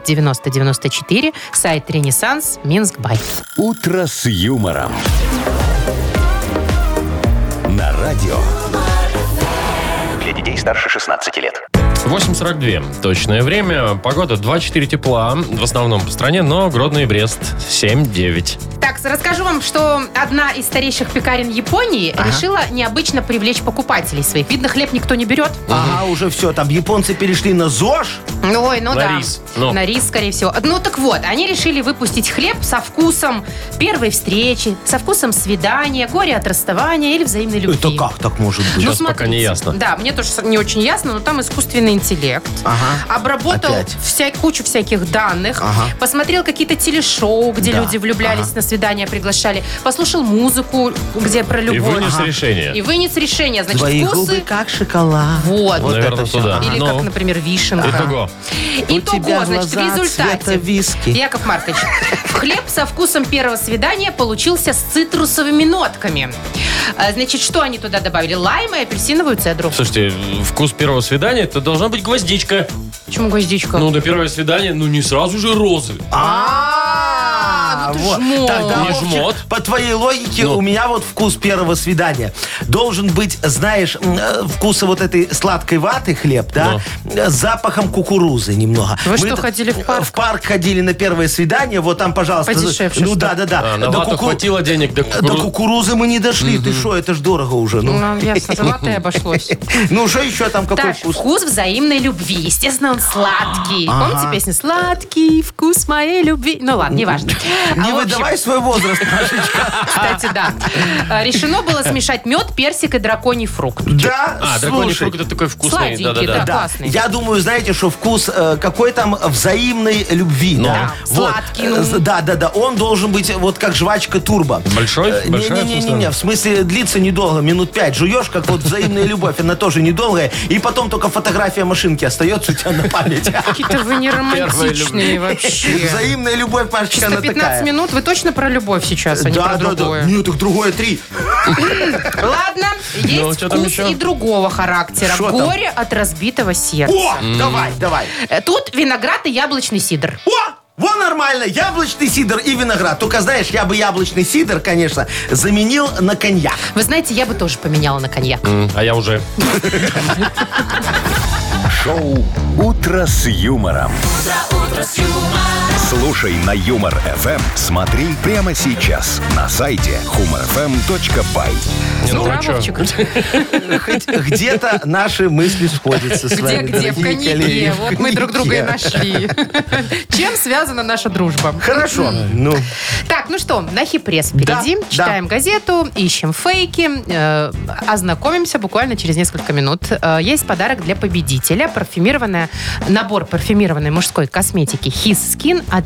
E: 017-309-9094, сайт «Ренессанс Минск Бай».
A: «Утро с юмором». На радио.
G: Для детей старше 16 лет.
D: 8.42. Точное время. Погода 2-4 тепла. В основном по стране, но Гродный и Брест 7-9.
E: Так, расскажу вам, что одна из старейших пекарен Японии решила необычно привлечь покупателей своих. Видно, хлеб никто не берет.
F: Ага, уже все. Там японцы перешли на ЗОЖ.
E: Ну, Ой, ну
D: На
E: да.
D: рис, ну.
E: На рис, скорее всего. Ну так вот, они решили выпустить хлеб со вкусом первой встречи, со вкусом свидания, горя от расставания или взаимной любви.
F: Это как так может
E: Ну,
F: быть?
D: Сейчас пока не ясно.
E: Да, мне тоже не очень ясно, но там искусственный интеллект.
F: Ага.
E: Обработал
F: Опять.
E: вся, кучу всяких данных.
F: Ага.
E: Посмотрел какие-то телешоу, где
F: Да,
E: люди влюблялись, на свидания приглашали. Послушал музыку, где про
D: И
E: любовь.
D: вынес
E: Ага. И
D: решение.
E: вынес решение. Значит,
F: Твои
E: вкусы...
F: губы как шоколад.
E: Вот.
D: Наверное, туда.
E: Или
D: Ну.
E: как, например, вишенка.
D: Итого.
E: Итого,
F: тебя
E: значит, в
F: глаза цвета
E: результате.
F: виски.
E: Яков Маркович, хлеб со вкусом первого свидания получился с цитрусовыми нотками. А, Значит, что они туда добавили? Лайм и апельсиновую цедру.
D: Слушайте, вкус первого свидания, это должна быть гвоздичка.
E: Почему гвоздичка?
D: Ну, до первого свидания, ну не сразу же розы.
F: А,
E: вот и
F: вот.
E: А, ну жмот.
F: Тогда,
D: Не
F: Вовчик,
D: жмот.
F: по твоей логике,
D: Ну.
F: у меня вот вкус первого свидания должен быть, знаешь, м, э, вкуса вот этой сладкой ваты хлеб, да,
D: Ну.
F: э, с запахом кукурузы немного.
E: Вы что,
F: т-
E: ходили в парк?
F: В парк ходили на первое свидание, вот там, пожалуйста.
E: Подешевше,
F: Ну
E: что?
F: да, да, да.
D: А, на
F: До
D: вату
F: куку- э,
D: хватило денег, до
E: э,
F: До
D: кукурузы.
F: кукурузы мы не дошли, ты что, это ж дорого уже. Ну,
E: Ну, ясно,
F: [laughs]
E: золотое обошлось.
F: ну что еще там, какой
E: Так,
F: вкус?
E: вкус взаимной любви. Естественно, он сладкий. Помните песню «Сладкий вкус моей любви»? Ну ладно, неважно. А,
F: Не
E: в общем,
F: выдавай свой возраст, Машечка.
E: [laughs] Кстати, да. Э, Решено было смешать мед, персик и драконий фрукт.
F: Да,
D: [laughs] А, драконий
F: слушай.
D: фрукт это такой вкусный.
E: Сладенький,
D: Да-да-да.
E: да.
F: Да,
E: Классный.
F: я думаю, знаете, что вкус э, какой там взаимной любви. Да,
E: Да, сладкий, ну.
F: Э, с- Да, да, да. Он должен быть э, вот как жвачка турбо.
D: Большой?
F: Э,
D: Большая
F: Не-не-не, в смысле длится недолго, минут пять. Жуешь, как вот взаимная любовь, она тоже недолгая. И потом только фотография машинки остается у тебя на память.
E: Какие-то вы не
D: Первая
E: романтичные
D: любовь.
E: вообще.
F: Взаимная любовь, Машечка,
E: Чисто
F: она
E: 15
F: такая.
E: минут. Вы точно про любовь сейчас, а не про другое?
F: Нет, ну так другое три.
E: Ладно,
D: Ну,
F: а
E: есть
D: что там
E: вкус
D: еще?
E: и другого характера.
F: Что там?
E: Горе от разбитого сердца.
F: О, давай, давай.
E: Э, Тут виноград и яблочный сидр.
F: О, во, нормально, яблочный сидр и виноград. Только, знаешь, я бы яблочный сидр, конечно, заменил на коньяк.
E: Вы знаете, я бы тоже поменяла на коньяк.
D: М, А я уже...
A: Шоу «Утро с юмором». Слушай на Юмор ФМ, смотри прямо сейчас на сайте humorfm.by.
D: Не, ну,
E: Браво,
D: вы чё?
E: Вовчик.
F: Хоть где-то наши мысли сходятся с вами,
E: Где-где? В
F: дорогие коллеги,
E: коньяке.
F: в
E: Вот мы друг друга и
F: коньяке.
E: нашли. [laughs] Чем связана наша дружба?
F: Хорошо, ну,
E: Так, ну что, на хипресс впереди.
F: Да, да.
E: Читаем газету, ищем фейки, э, ознакомимся буквально через несколько минут. Э, есть подарок для победителя. Парфюмированная, набор парфюмированной мужской косметики His Skin от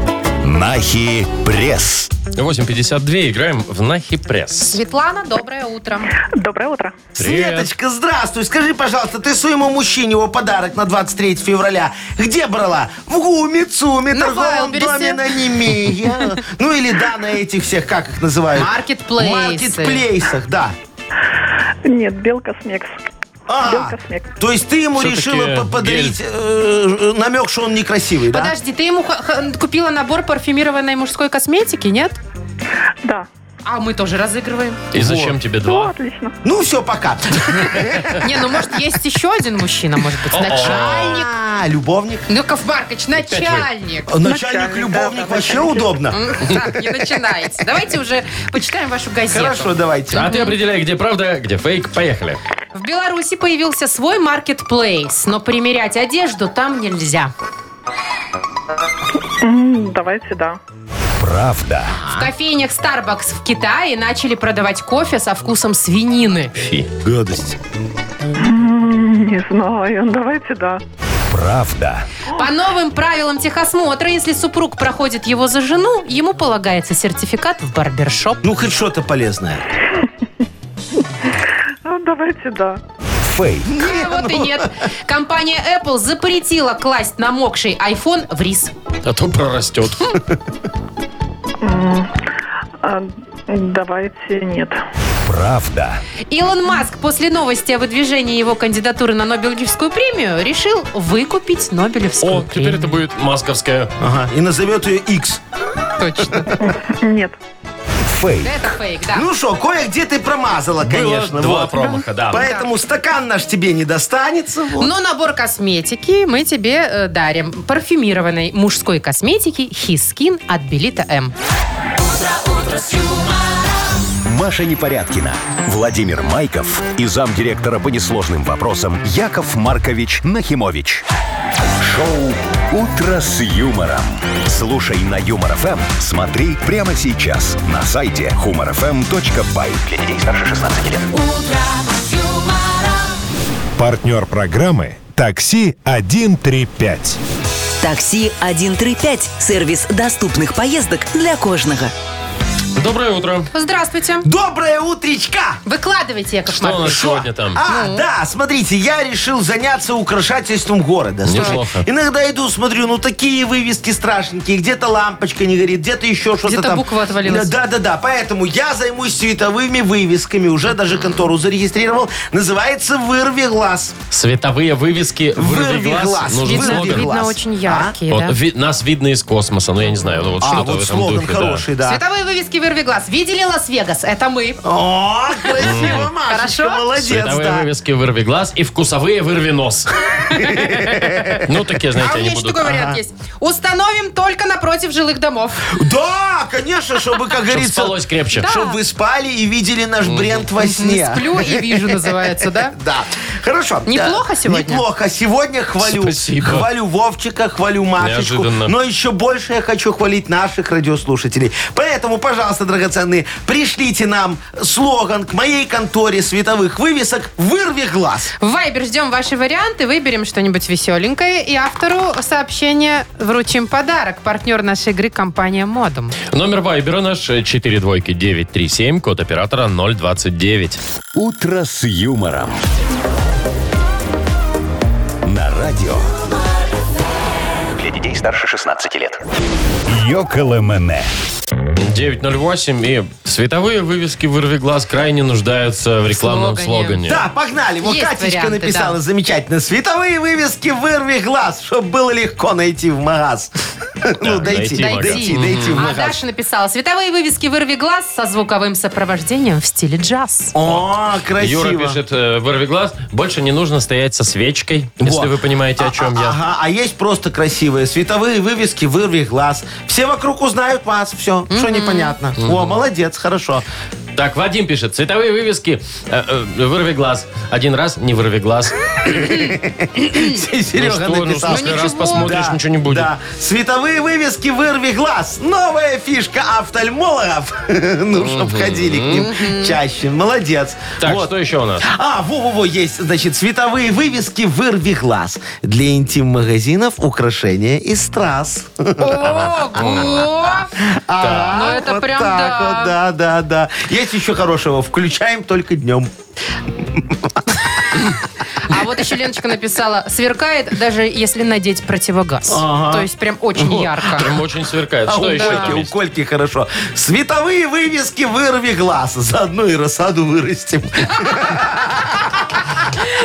A: «Нахи Пресс».
D: 8.52. Играем в Нахи Пресс.
E: Светлана, доброе утро.
I: Доброе утро.
D: Привет.
F: Светочка, здравствуй. Скажи, пожалуйста, ты своему мужчине его подарок на 23 февраля где брала? В Гуми, Цуми,
E: На
F: торговом
E: Вайлдберрисе.
F: доме
E: [laughs]
F: на Немее. Ну или да, на этих всех, как их называют?
E: Маркетплейсы.
F: Маркетплейсах, да.
I: Нет, белка смекс.
F: А,
I: Белка смекс.
F: то есть ты ему
D: Всё-таки
F: решила
D: гель.
F: по- подарить э, э, намек, что он некрасивый, да?
E: Подожди, ты ему ха- ха- купила набор парфюмированной мужской косметики, нет?
I: Да.
E: А мы тоже разыгрываем.
D: И зачем тебе
I: О,
D: два?
I: отлично.
F: Ну все, пока.
E: Не, ну может есть еще один мужчина, может быть,
D: О-о.
E: начальник.
F: А, любовник.
E: Ну, Яков Маркович, начальник.
F: Начальник, любовник, вообще удобно.
E: Так, не начинайте. Давайте уже почитаем вашу газету.
F: Хорошо, давайте.
D: А ты определяй, где правда, а где фейк. Поехали.
E: В Беларуси появился свой маркетплейс, но примерять одежду там нельзя.
I: М, Давайте, да.
A: Правда,
E: В кофейнях Starbucks в Китае начали продавать кофе со вкусом свинины.
D: Фи.
F: Гадость.
I: М, Не знаю. Давайте, да.
A: правда,
E: По новым правилам техосмотра, если супруг проходит его за жену, ему полагается сертификат в барбершоп.
F: Ну, хоть что-то полезное.
I: А, Давайте, да.
A: фейк,
E: А вот и нет. Компания Apple запретила класть намокший iPhone в рис.
D: А то прорастет.
I: А, Давайте, нет.
A: правда,
E: Илон Маск после новости о выдвижении его кандидатуры на Нобелевскую премию решил выкупить Нобелевскую
F: [laughs]
D: О,
E: премию.
D: теперь это будет московская.
F: Ага. И назовет ее X.
E: Точно.
I: Нет.
A: фейк,
E: Это фейк, да.
F: Ну что, кое-где ты промазала, конечно.
D: два
F: вот.
D: промаха, да.
F: Поэтому стакан наш тебе не достанется. вот.
E: Но набор косметики мы тебе э, дарим. Парфюмированной мужской косметики His Skin от Белита М.
A: Маша Непорядкина, Владимир Майков и замдиректора по несложным вопросам Яков Маркович Нахимович. Шоу «Утро с юмором». Слушай на Юмор ФМ, смотри прямо сейчас на сайте humorfm.by.
G: Для детей старше 16 лет.
B: Партнер программы «Такси 135».
C: Такси 135. Сервис доступных поездок для кожного.
D: Доброе утро.
E: Здравствуйте.
F: Доброе утречка!
E: Выкладывайте, Яков
D: Что у нас
E: Маркович.
D: сегодня там?
F: А, да, смотрите, я решил заняться украшательством города. Слушай,
D: Неплохо.
F: иногда иду, смотрю, ну такие вывески страшненькие, где-то лампочка не горит, где-то еще что-то
E: Где-то
F: там.
E: буква отвалилась.
F: Да, да, да, поэтому я займусь световыми вывесками, уже даже контору зарегистрировал, называется «Вырви глаз».
D: Световые вывески «Вырви
F: Вырви
D: глаз».
F: глаз,
D: Нужен
F: вырви
E: Видно,
D: слоган.
E: видно
F: глаз.
E: очень
F: А?
E: яркие,
D: Вот,
E: да.
D: ви- нас видно из космоса, ну я не знаю, ну вот
F: А,
D: что-то в
F: вот
D: этом
F: слоган
D: духе, да.
F: хороший, да.
E: Световые вывески «Вырви глаз». Видели Лас-Вегас? Это мы.
F: О, красиво, Машечка,
E: Хорошо?
F: молодец,
D: Световые
F: да.
D: вывески «Вырви глаз» и вкусовые «Вырви
F: [laughs]
D: нос». Ну, такие,
E: А
D: знаете,
E: у
D: они
E: меня еще
D: будут...
E: такой вариант есть. Установим только напротив
D: [laughs]
E: жилых домов.
F: Да, конечно, чтобы, как говорится,
D: спалось крепче.
F: чтобы вы спали и видели наш бренд во сне.
E: Сплю и вижу, называется, да?
F: Да. Хорошо.
E: Неплохо
F: Да.
E: сегодня?
F: Неплохо. Сегодня хвалю.
D: Спасибо.
F: Хвалю Вовчика, хвалю Машечку.
D: Неожиданно.
F: Но еще больше я хочу хвалить наших радиослушателей. Поэтому, пожалуйста, пожалуйста, драгоценные, пришлите нам слоган к моей конторе световых вывесок «Вырви глаз».
E: В Вайбер ждем ваши варианты, выберем что-нибудь веселенькое и автору сообщения вручим подарок. Партнер нашей игры – компания «Модум».
D: Номер вайбера наш 4 двойки 937, код оператора 029.
A: «Утро с юмором». На радио
G: Для детей старше 16 лет.
B: Йоколэмэне.
D: 908 и световые вывески «Вырви глаз» крайне нуждаются в рекламном слогане.
E: Слогане.
F: Да, погнали. Вот
E: Есть
F: Катечка
E: варианты,
F: написала
E: да.
F: замечательно. Световые вывески «Вырви глаз», чтобы было легко найти в магаз. [laughs] Ну,
D: дойти
F: дойти,
D: в магаз.
F: дойти, дойти в
E: А
F: магаз.
E: Даша написала, световые вывески «Вырви глаз» со звуковым сопровождением в стиле джаз.
F: О, красиво.
D: Юра пишет, э, вырви глаз, больше не нужно стоять со свечкой,
F: Во.
D: если вы понимаете, о чем
F: А-
D: я.
F: Ага, а есть просто красивые световые вывески, вырви глаз. Все вокруг узнают вас, все, что непонятно. О, молодец, хорошо. [laughs]
D: Так, Вадим пишет, цветовые вывески, э, э, вырви глаз. Один раз, не вырви глаз. Ну
F: Серега
D: что, ну, в
F: написал.
D: смысле, раз
E: ничего.
D: посмотришь,
F: Да,
D: ничего не будет.
F: Да. Световые вывески «Вырви глаз». Новая фишка офтальмологов. [laughs] Ну, чтоб ходили к ним чаще. Молодец.
D: Так,
F: Вот.
D: что еще у нас?
F: А, во-во-во, есть, значит, световые вывески «Вырви глаз». Для интим-магазинов украшения из страз.
E: Ого!
F: А,
E: Ну, это
F: вот
E: прям да.
F: так вот, да, да, да. Есть еще хорошего. Включаем только днем.
E: А вот еще Леночка написала, сверкает, даже если надеть противогаз. То есть прям очень ярко.
D: Прям очень сверкает.
F: А
D: Что
F: у
D: еще
F: Кольки,
D: там
F: у
D: есть?
F: Кольки хорошо. Световые вывески «Вырви глаз». Заодно и рассаду вырастим.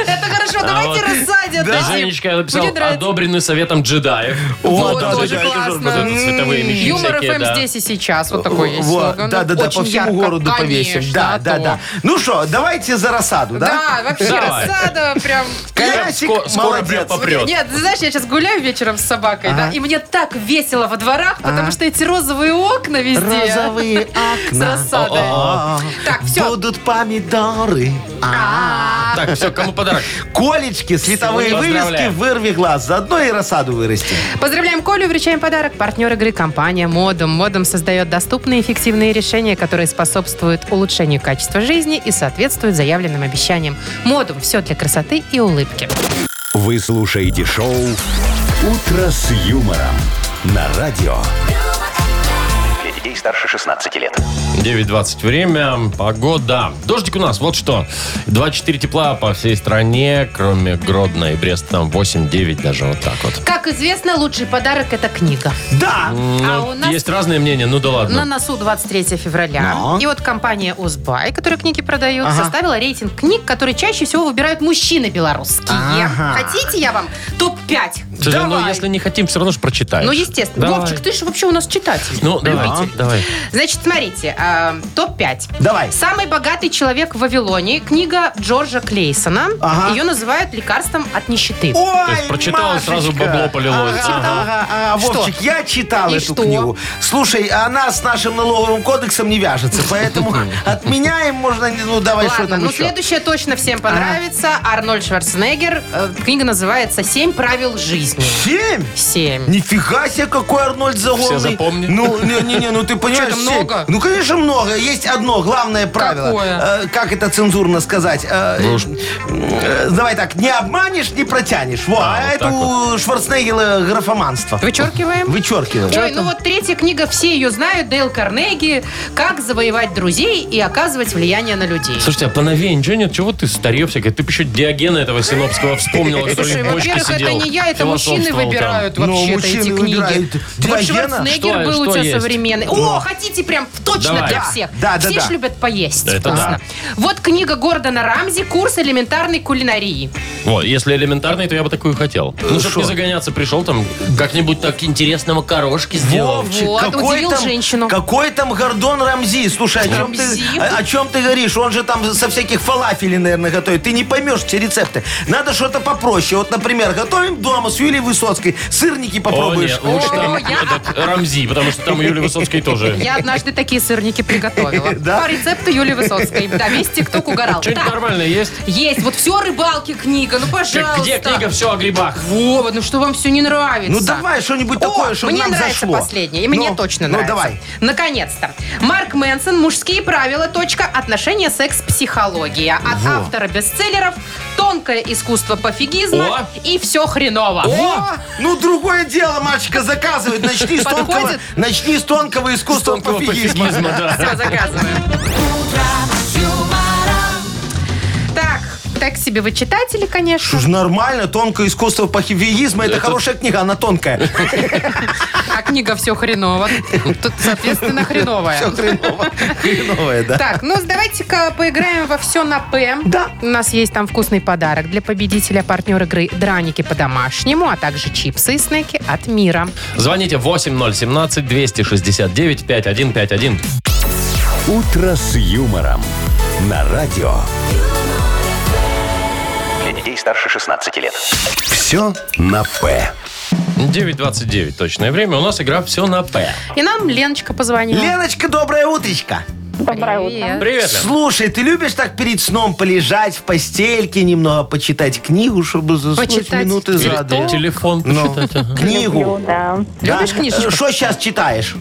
E: Это хорошо, давайте
D: А вот.
E: рассадят.
D: Да, Женечка написал,
E: Мне нравится.
D: одобрены советом джедаев.
F: О,
E: Вот,
F: да,
E: тоже
F: да, да,
E: классно.
F: да, да, да.
D: Вот эти цветовые мечи
E: Юмор
D: всякие,
E: ФМ
D: да.
E: здесь и сейчас. Вот [laughs] такой есть
F: Вот,
E: слоган. Ну,
F: да, да, да, по
E: Очень
F: всему
E: ярко,
F: городу повесим.
E: конечно,
F: Да,
E: а
F: да,
E: то.
F: да. Ну что, давайте за рассаду, да?
E: Да, вообще
D: Давай.
E: рассада прям...
F: Карасик,
D: Ско- скоро
F: молодец.
D: прям попрет.
E: Нет, ты знаешь, я сейчас гуляю вечером с собакой, да,
F: Ага.
E: и мне так весело во дворах, потому что эти розовые окна везде.
F: Розовые
E: С
F: окна.
E: рассадой.
F: А,
E: Так, все.
F: Будут помидоры. А.
D: Так, все, кому подарок?
F: Колечки, световые
D: Всё,
F: вывески,
D: поздравляем.
F: вырви глаз. Заодно и рассаду вырасти.
E: Поздравляем Колю, вручаем подарок. Партнер игры компания Модум. Модум создает доступные и эффективные решения, которые способствуют улучшению качества жизни и соответствуют заявленным обещаниям. Модум. Все для красоты и улыбки.
A: вы слушаете шоу «Утро с юмором» на радио.
G: Для детей старше 16 лет.
D: 9.20 время, погода. Дождик у нас, вот что. 24 тепла по всей стране, кроме Гродно и Брест, там 8-9 даже вот так вот.
E: Как известно, лучший подарок – это книга.
F: Да.
E: А
D: Ну,
E: у нас-
D: Есть разные мнения, ну да
E: На
D: ладно.
E: носу 23 февраля.
F: Но.
E: И вот компания «Узбай», которая книги продает, составила рейтинг книг, которые чаще всего выбирают мужчины белорусские. Хотите, я вам топ-5?
D: Слушай,
E: давай.
D: ну если не хотим, все равно же прочитаешь.
E: Ну, естественно.
D: Давай.
E: Вовчик, ты же вообще у нас читатель.
D: Ну, давай,
E: любитель.
D: давай.
E: Значит, смотрите, а, топ-5.
F: Давай.
E: Самый богатый человек в Вавилоне. Книга Джорджа Клейсона.
F: Ага.
E: Ее называют лекарством от нищеты.
F: Ой,
D: То есть прочитал, и
F: Машечка.
D: сразу бабло полилось.
F: Ага,
D: Ага.
F: ага, ага.
E: Что?
F: Вовчик, я читал
E: И
F: эту
E: что?
F: книгу. Слушай, она с нашим налоговым кодексом не вяжется,
D: [laughs]
F: поэтому отменяем можно, не- ну давай что
E: Ладно,
F: там
E: ну
F: еще.
E: следующее точно всем понравится.
D: А.
E: Арнольд Шварценеггер. Э, Книга называется «Семь правил жизни».
F: Семь?
E: Семь.
F: Нифига себе, какой Арнольд Загорный.
D: запомнили?
F: Ну, не-не-не, ну ты понимаешь,
E: Чё, там
F: семь.
E: много?
F: Ну, конечно, много. Есть одно главное правило.
E: Какое?
F: Э, как это цензурно сказать? Э,
D: Ну уж.
F: э, давай так, не обманешь, не протянешь. Во, а,
D: вот
F: это
D: так
F: у Шварценеггера графоманство.
E: Вычеркиваем.
F: Вычеркиваем.
E: Ой, ну вот третья книга, все ее знают, Дейл Карнеги, «Как завоевать друзей и оказывать влияние на людей».
D: Слушайте, а поновее ничего нет? Чего ты старье всякое? Ты бы еще Диогена этого синопского вспомнила, который
E: Слушай,
D: в бочке
E: во-первых, это
D: сидел.
E: не я, это мужчины
D: философствовал там.
E: выбирают
F: Ну,
E: вообще-то эти
F: мужчины
E: книги.
F: выбирают.
E: Вот
F: Диогена?
E: Шварценеггер
D: Что-
E: был у
D: что
E: тебя
D: есть?
E: современный. О, хотите прям в- точно
D: Давай.
E: для
D: Да,
E: всех.
F: да, да,
E: Все ж
F: да.
E: любят поесть
D: Это
E: вкусно. Вот книга Гордона Рамзи «Курс элементарной кулинарии».
D: Вот, если элементарный, то я бы такую хотел. Ну, чтобы
F: шо?
D: не загоняться, пришел там, как-нибудь так интересного корошки сделал.
F: Вовчик,
E: Вот,
F: какой
E: удивил
F: там,
E: женщину.
F: Какой там Гордон Рамзи? Слушай, о чем, ты,
E: Рамзи?
F: о, о чем ты говоришь? Он же там со всяких фалафелей, наверное, готовит. Ты не поймешь эти рецепты. Надо что-то попроще. Вот, например, готовим дома с Юлии Высоцкой. Сырники попробуешь.
D: нет, лучше там этот Рамзи, потому что там у Юлии Высоцкой тоже.
E: Я однажды такие сырники приготовила.
F: [laughs] Да?
E: По рецепту Юлии Высоцкой. Да, весь тикток угорал.
D: Что-нибудь
E: Так,
D: нормальное есть?
E: Есть, вот все рыбалки книга, ну пожалуйста.
D: Где книга «Все о грибах»?
E: Вова, ну что вам все не нравится?
F: Ну давай что-нибудь такое, чтобы
E: мне
F: нам
E: нравится
F: зашло.
E: последнее, и мне
F: Ну,
E: точно нравится.
F: Ну давай.
E: Наконец-то. Марк Мэнсон, «Мужские правила. Точка. Отношения. Секс. Психология». От автора бестселлеров «Тонкое искусство пофигизма»
D: О!
E: и «Все хреново».
F: О, ну другое дело, мальчика заказывает. Начни с тонкого,
E: Подходит?
F: начни с тонкого искусства
D: Тонкого
F: пофигизма.
D: пофигизма, да.
E: Все, заказываем. Так, так себе вы читатели,
F: Что
E: конечно.
F: ж, нормально, тонкое искусство пофигизма, это, хорошая книга, она тонкая.
E: А книга «Все хреново». Тут, соответственно, хреновая.
F: Все хреново, хреновое, да.
E: Так, ну давайте-ка поиграем во все на П.
F: Да.
E: У нас есть там вкусный подарок для победителя, партнер игры «Драники по-домашнему», а также чипсы и снеки от мира.
D: Звоните 8017-269-5151.
A: «Утро с юмором» на радио.
G: Для детей старше 16 лет.
A: Все на «П».
D: 9.29 точное время. У нас игра «Все на П».
E: И нам Леночка позвонила.
F: Леночка, доброе утречко.
I: Доброе утро.
D: Привет, Лен.
F: Слушай, ты любишь так перед сном полежать в постельке, немного почитать книгу, чтобы заснуть
E: Почитать
F: минуты за
D: Теле-
F: две?
D: Телефон
F: Ну,
D: почитать. ага.
F: книгу. Э,
I: Ну, да.
E: Любишь книжечку?
F: Что сейчас читаешь?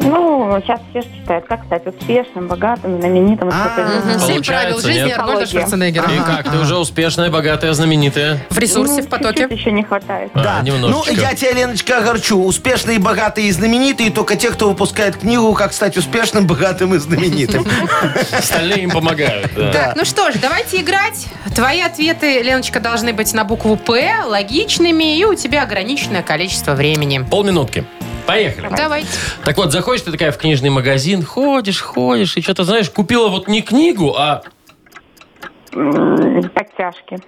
I: Ну, сейчас все ж читают, как стать успешным, богатым, знаменитым. и
F: А,
I: что-то
E: Мгм.
I: еще.
E: Семь
D: Получается,
E: правил жизни
D: нет?
E: Арнольда Шварценеггера.
D: И как, ты уже успешная, богатая, знаменитая?
E: В ресурсе,
I: Ну,
E: в потоке.
I: Чуть-чуть еще не хватает.
D: А,
F: Да. Ну,
D: немножечко.
F: я тебя, Леночка, огорчу. Успешные, богатые и знаменитые только те, кто выпускает книгу «Как стать успешным, богатым и
D: [laughs]
F: знаменитым».
D: Остальные им помогают. да.
E: Так, ну что ж, давайте играть. Твои ответы, Леночка, должны быть на букву «П», логичными, и у тебя ограниченное количество времени.
D: Полминутки. Поехали.
E: Давайте.
D: Так вот, заходишь ты такая в книжный магазин, ходишь, ходишь, и что-то, знаешь, купила вот не книгу, а
I: М, Подтяжки.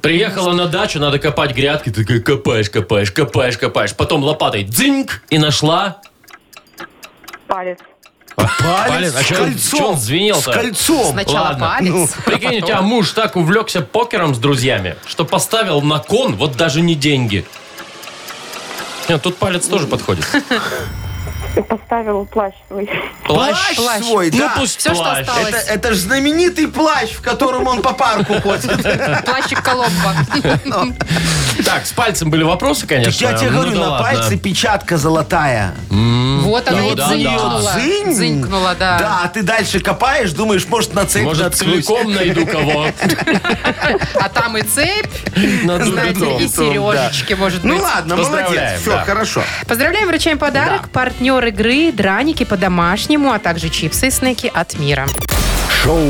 D: приехала на дачу, надо копать грядки, ты такая копаешь, копаешь, копаешь, копаешь. Потом лопатой дзиньк и нашла
I: Палец.
D: палец. А
F: с
D: чё он- чё он
F: кольцом. С
D: звенел-то?
F: кольцом.
E: Сначала
D: ладно.
E: палец.
F: Ну.
D: Прикинь, у тебя муж так увлекся покером с друзьями, что поставил на кон вот даже не деньги. Нет, тут палец тоже подходит.
I: И поставил плащ свой.
F: Плащ
E: Плащ.
F: свой,
D: Ну
F: да.
D: пусть
E: Всё, что
D: плащ.
E: осталось.
F: Это, это же знаменитый плащ, в котором он по парку ходит.
E: Плащик Коломбо.
F: Ну.
D: Так, с пальцем были вопросы,
F: Так
D: конечно.
F: я тебе
D: Ну
F: говорю,
D: да
F: на
D: ладно.
F: пальце печатка золотая.
E: Вот она
D: Ну
E: и
D: да,
E: дзынькнула.
D: да.
F: Дзынь.
E: Дзынькнула,
F: Да, а ты дальше копаешь, думаешь, может, на цель
D: Может,
F: наткнусь.
D: целиком найду кого.
E: А там и цепь,
D: Надо
E: знаете,
D: другом.
E: и сережечки, может быть.
F: Ну ладно, молодец.
D: Поздравляем,
F: Все,
D: да.
F: хорошо.
E: Поздравляем, вручаем подарок. Партнер игры, драники по-домашнему, а также чипсы и снеки от мира.
A: Шоу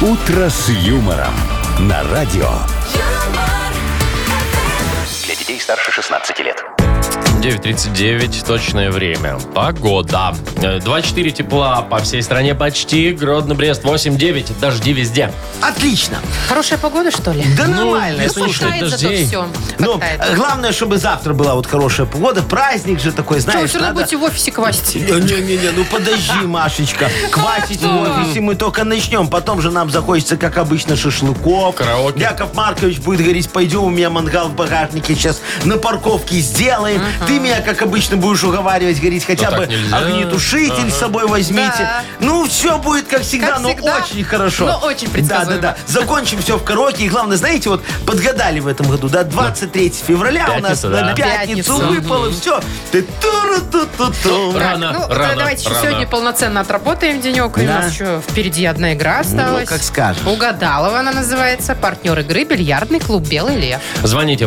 A: «Утро с юмором» на радио.
G: Для детей старше 16 лет.
D: 9.39, точное время. Погода. Э, 2-4 тепла по всей стране почти. Гродно, Брест 8-9, дожди везде.
F: Отлично.
E: Хорошая погода, что ли?
F: Да нормально.
D: если Ну, не
F: слушай.
D: считать
E: Катается то
D: дождей.
E: все.
F: Ну, главное, чтобы завтра была вот хорошая погода. Праздник же такой,
E: Что, вы
F: знаешь,
E: все равно
F: надо...
E: будете в офисе квасить?
F: Не-не-не, ну подожди, Машечка. Квасить в офисе мы только начнем. Потом же нам захочется, как обычно, шашлыков.
D: Караоке.
F: Яков Маркович будет говорить, пойдем, у меня мангал в багажнике сейчас на парковке сделаем. Ты меня, как обычно, будешь уговаривать, говорить,
D: Ну,
F: хотя
D: так
F: бы
D: нельзя.
F: огнетушитель с собой возьмите.
E: Да.
F: Ну, все будет, как всегда,
E: Как
F: но
E: всегда,
F: очень хорошо.
E: но очень предсказуемо.
F: Да-да-да. Закончим все в караоке. И главное, знаете, вот подгадали в этом году, да, 23 февраля у нас
D: Пятница,
F: на
D: да.
F: пятницу
E: Пятница.
F: выпало все. Ты ту-ру-ту-ту-ту.
D: Рано,
E: ну,
D: рано,
E: давайте еще
D: рано.
E: сегодня полноценно отработаем денек. И у
F: Да.
E: нас еще впереди одна игра осталась.
F: как скажешь.
E: Угадалова она называется. Партнер игры «Бильярдный клуб «Белый лев».
D: Звоните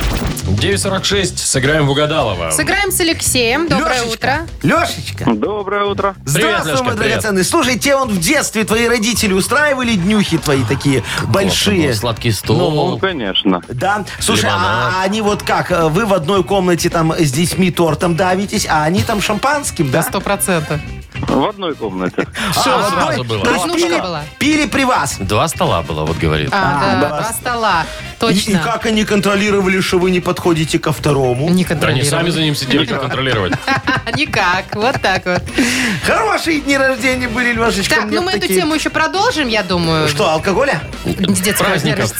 D: 9.46, сыграем в Угадалова.
E: Сыграем с Алексеем. Доброе утро.
F: Лешечка.
H: Доброе утро.
F: Здравствуй,
D: Лешка,
F: мой
D: привет.
F: драгоценный. Слушай, те он в детстве, твои родители устраивали днюхи твои такие большие.
D: Был Сладкий стол.
H: Ну, конечно.
F: Да. Слушай,
D: Лимонад.
F: а они вот как? э, Вы в одной комнате там с детьми тортом давитесь, а они там шампанским, да?
E: Сто процентов.
H: В одной комнате.
D: Все
F: А,
D: сразу
F: одной?
D: было.
F: То есть
E: Однушка
F: пили,
E: была.
F: пили при вас.
D: Два стола было, вот говорит.
E: А, да,
F: да.
E: два стола. Точно.
F: И, и как они контролировали, что вы не подходите ко второму?
E: Не
D: Да они сами
E: [laughs] контролируем.
D: за ним сидели, как контролировать.
E: Никак. Вот так вот.
F: Хорошие дни рождения были, Лешечка.
E: Так,
F: мне
E: ну мы эту
F: такие.
E: тему еще продолжим, я думаю.
F: Что, алкоголя?
E: С детского дня
D: Праздников.
E: [laughs]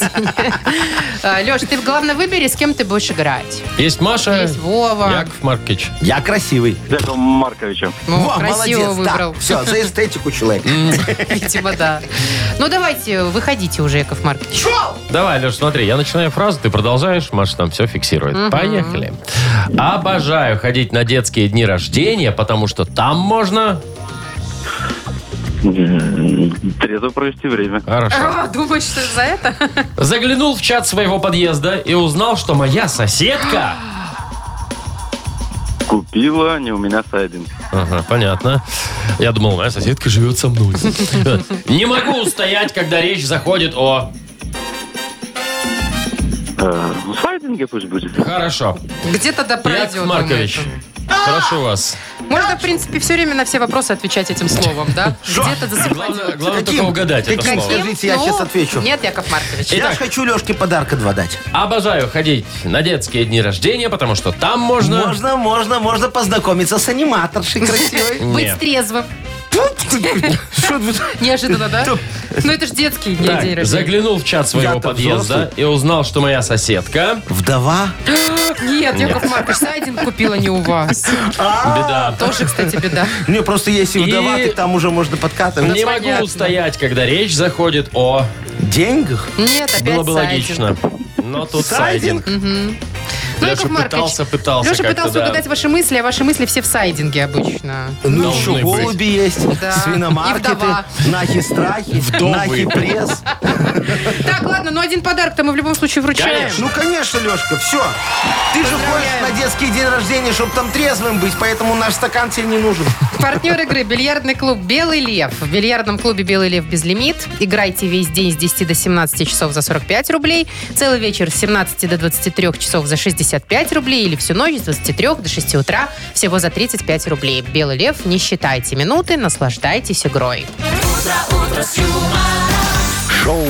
E: рождения. Леш, А, ты главное выбери, с кем ты будешь играть.
D: Есть Маша,
E: Есть Вова.
D: Яков Маркич.
F: Я красивый.
H: Яковом Марковичем.
E: Ну,
F: Во,
E: красиво
F: молодец.
E: выбрал.
F: Да, все, за эстетику человек.
E: Видимо, да. Ну, давайте, выходите уже, Яков Маркович.
D: Давай, Леш, смотри, я начинаю фразу, ты продолжаешь, Маша там все фиксирует. Поехали. Обожаю ходить на детские дни рождения, потому что там можно...
H: Трезво провести время.
D: Хорошо.
E: А, думаешь, что за это?
D: Заглянул в чат своего подъезда и узнал, что моя соседка...
H: Купила не у меня сайдинг.
D: Ага, понятно. Я думал, моя соседка живет со мной. [laughs] Не могу устоять, когда речь заходит о...
H: Ну, сайдинге пусть будет.
D: Хорошо.
E: Где-то да
D: Яков
E: пройдет.
D: Маркович, прошу вас.
E: Можно, в принципе, все время на все вопросы отвечать этим словом, да? Где-то
D: Главное,
E: засыпать.
D: главное
F: Каким?
D: только угадать это
F: Каким?
D: слово.
F: Скажите, я
E: Ну,
F: сейчас отвечу.
E: Нет, Яков Маркович.
F: Я ж хочу Лешке подарка два дать.
D: Обожаю ходить на детские дни рождения, потому что там можно...
F: Можно, можно, можно познакомиться
D: [laughs]
F: с аниматоршей красивой.
D: Не.
E: Быть трезвым.
F: Что вы-
E: Неожиданно, да? Ну, это же детский день
D: Так,
E: день рождения.
D: заглянул в чат своего
F: Я-то
D: подъезда и узнал, что моя соседка...
F: Вдова?
E: Нет, Яков Маркович, сайдинг купила не у вас.
D: Беда.
E: Тоже, кстати, беда.
F: Не, просто если
D: И-
F: вдова, так там уже можно подкатывать.
D: Не
E: понятно.
D: могу устоять, когда речь заходит о...
F: Деньгах?
E: Нет, опять
D: Было бы
E: сайдинг.
D: логично. Но тут сайдинг.
F: Сайдинг?
E: Ну,
D: Леша
E: Яков Маркович,
D: пытался, пытался
E: Леша
D: как-то,
E: пытался
D: да.
E: угадать ваши мысли, а ваши мысли все в сайдинге обычно.
F: Ну
D: Должны
F: еще
D: быть.
F: голуби есть,
E: Да. И
F: свиномаркеты,
E: вдова.
F: нахи-страхи,
D: Вдовы.
F: нахи-пресс.
E: Так, ладно, но один подарок-то мы в любом случае вручаем.
D: Конечно.
F: Ну, конечно, Лешка, все. Ты же ходишь на детский день рождения, чтобы там трезвым быть, поэтому наш стакан тебе не нужен.
E: Партнер игры «Бильярдный клуб Белый Лев». В бильярдном клубе «Белый Лев» безлимит. Играйте весь день с 10 до 17 часов за 45 рублей, целый вечер с 17 до 23 часов за 65 рублей или всю ночь с 23 до 6 утра всего за 35 рублей. «Белый Лев», не считайте минуты, наслаждайтесь игрой.
A: Шоу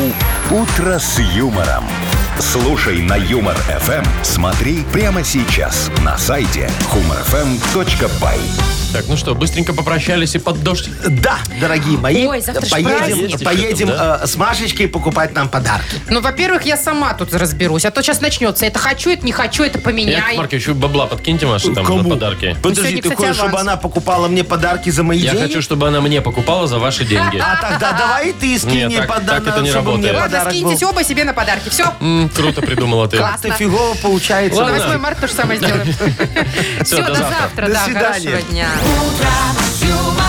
A: «Утро с юмором». Слушай на Юмор ФМ. Смотри прямо сейчас на сайте humorfm.by.
D: Так, ну что, быстренько попрощались и под дождь.
F: Да, дорогие мои,
E: Ой, завтра ж праздник.
F: поедем,
D: Есть еще
F: поедем
D: там,
F: э, с Машечкой покупать нам подарки.
E: Ну, во-первых, я сама тут разберусь, а то сейчас начнется. Это хочу, это не хочу, это
D: Яков
E: поменяй.
D: Маркович, вы бабла подкиньте ваши там на подарки.
F: Подожди,
E: Ну, Сегодня,
F: ты
E: кстати,
F: хочешь, чтобы
E: аванс.
F: она покупала мне подарки за мои
D: Я
F: деньги?
D: хочу, чтобы она мне покупала за ваши
E: [laughs]
D: деньги.
F: А тогда давай и ты
D: [laughs]
F: скинь
D: Нет,
F: мне
D: так- так
F: подарок,
D: это не
F: чтобы мне
D: работает.
E: Ладно,
F: подарок был.
E: скиньтесь оба себе на подарки. Все.
D: М, Круто придумала ты.
E: Класс.
F: Как-то фигово получается.
E: На
D: Ладно.
E: 8 марта то же самое сделаем. Все,
D: до
E: до
D: завтра.
E: завтра.
F: До
E: да,
F: свидания.
E: хорошего дня.
J: Утро с юмором.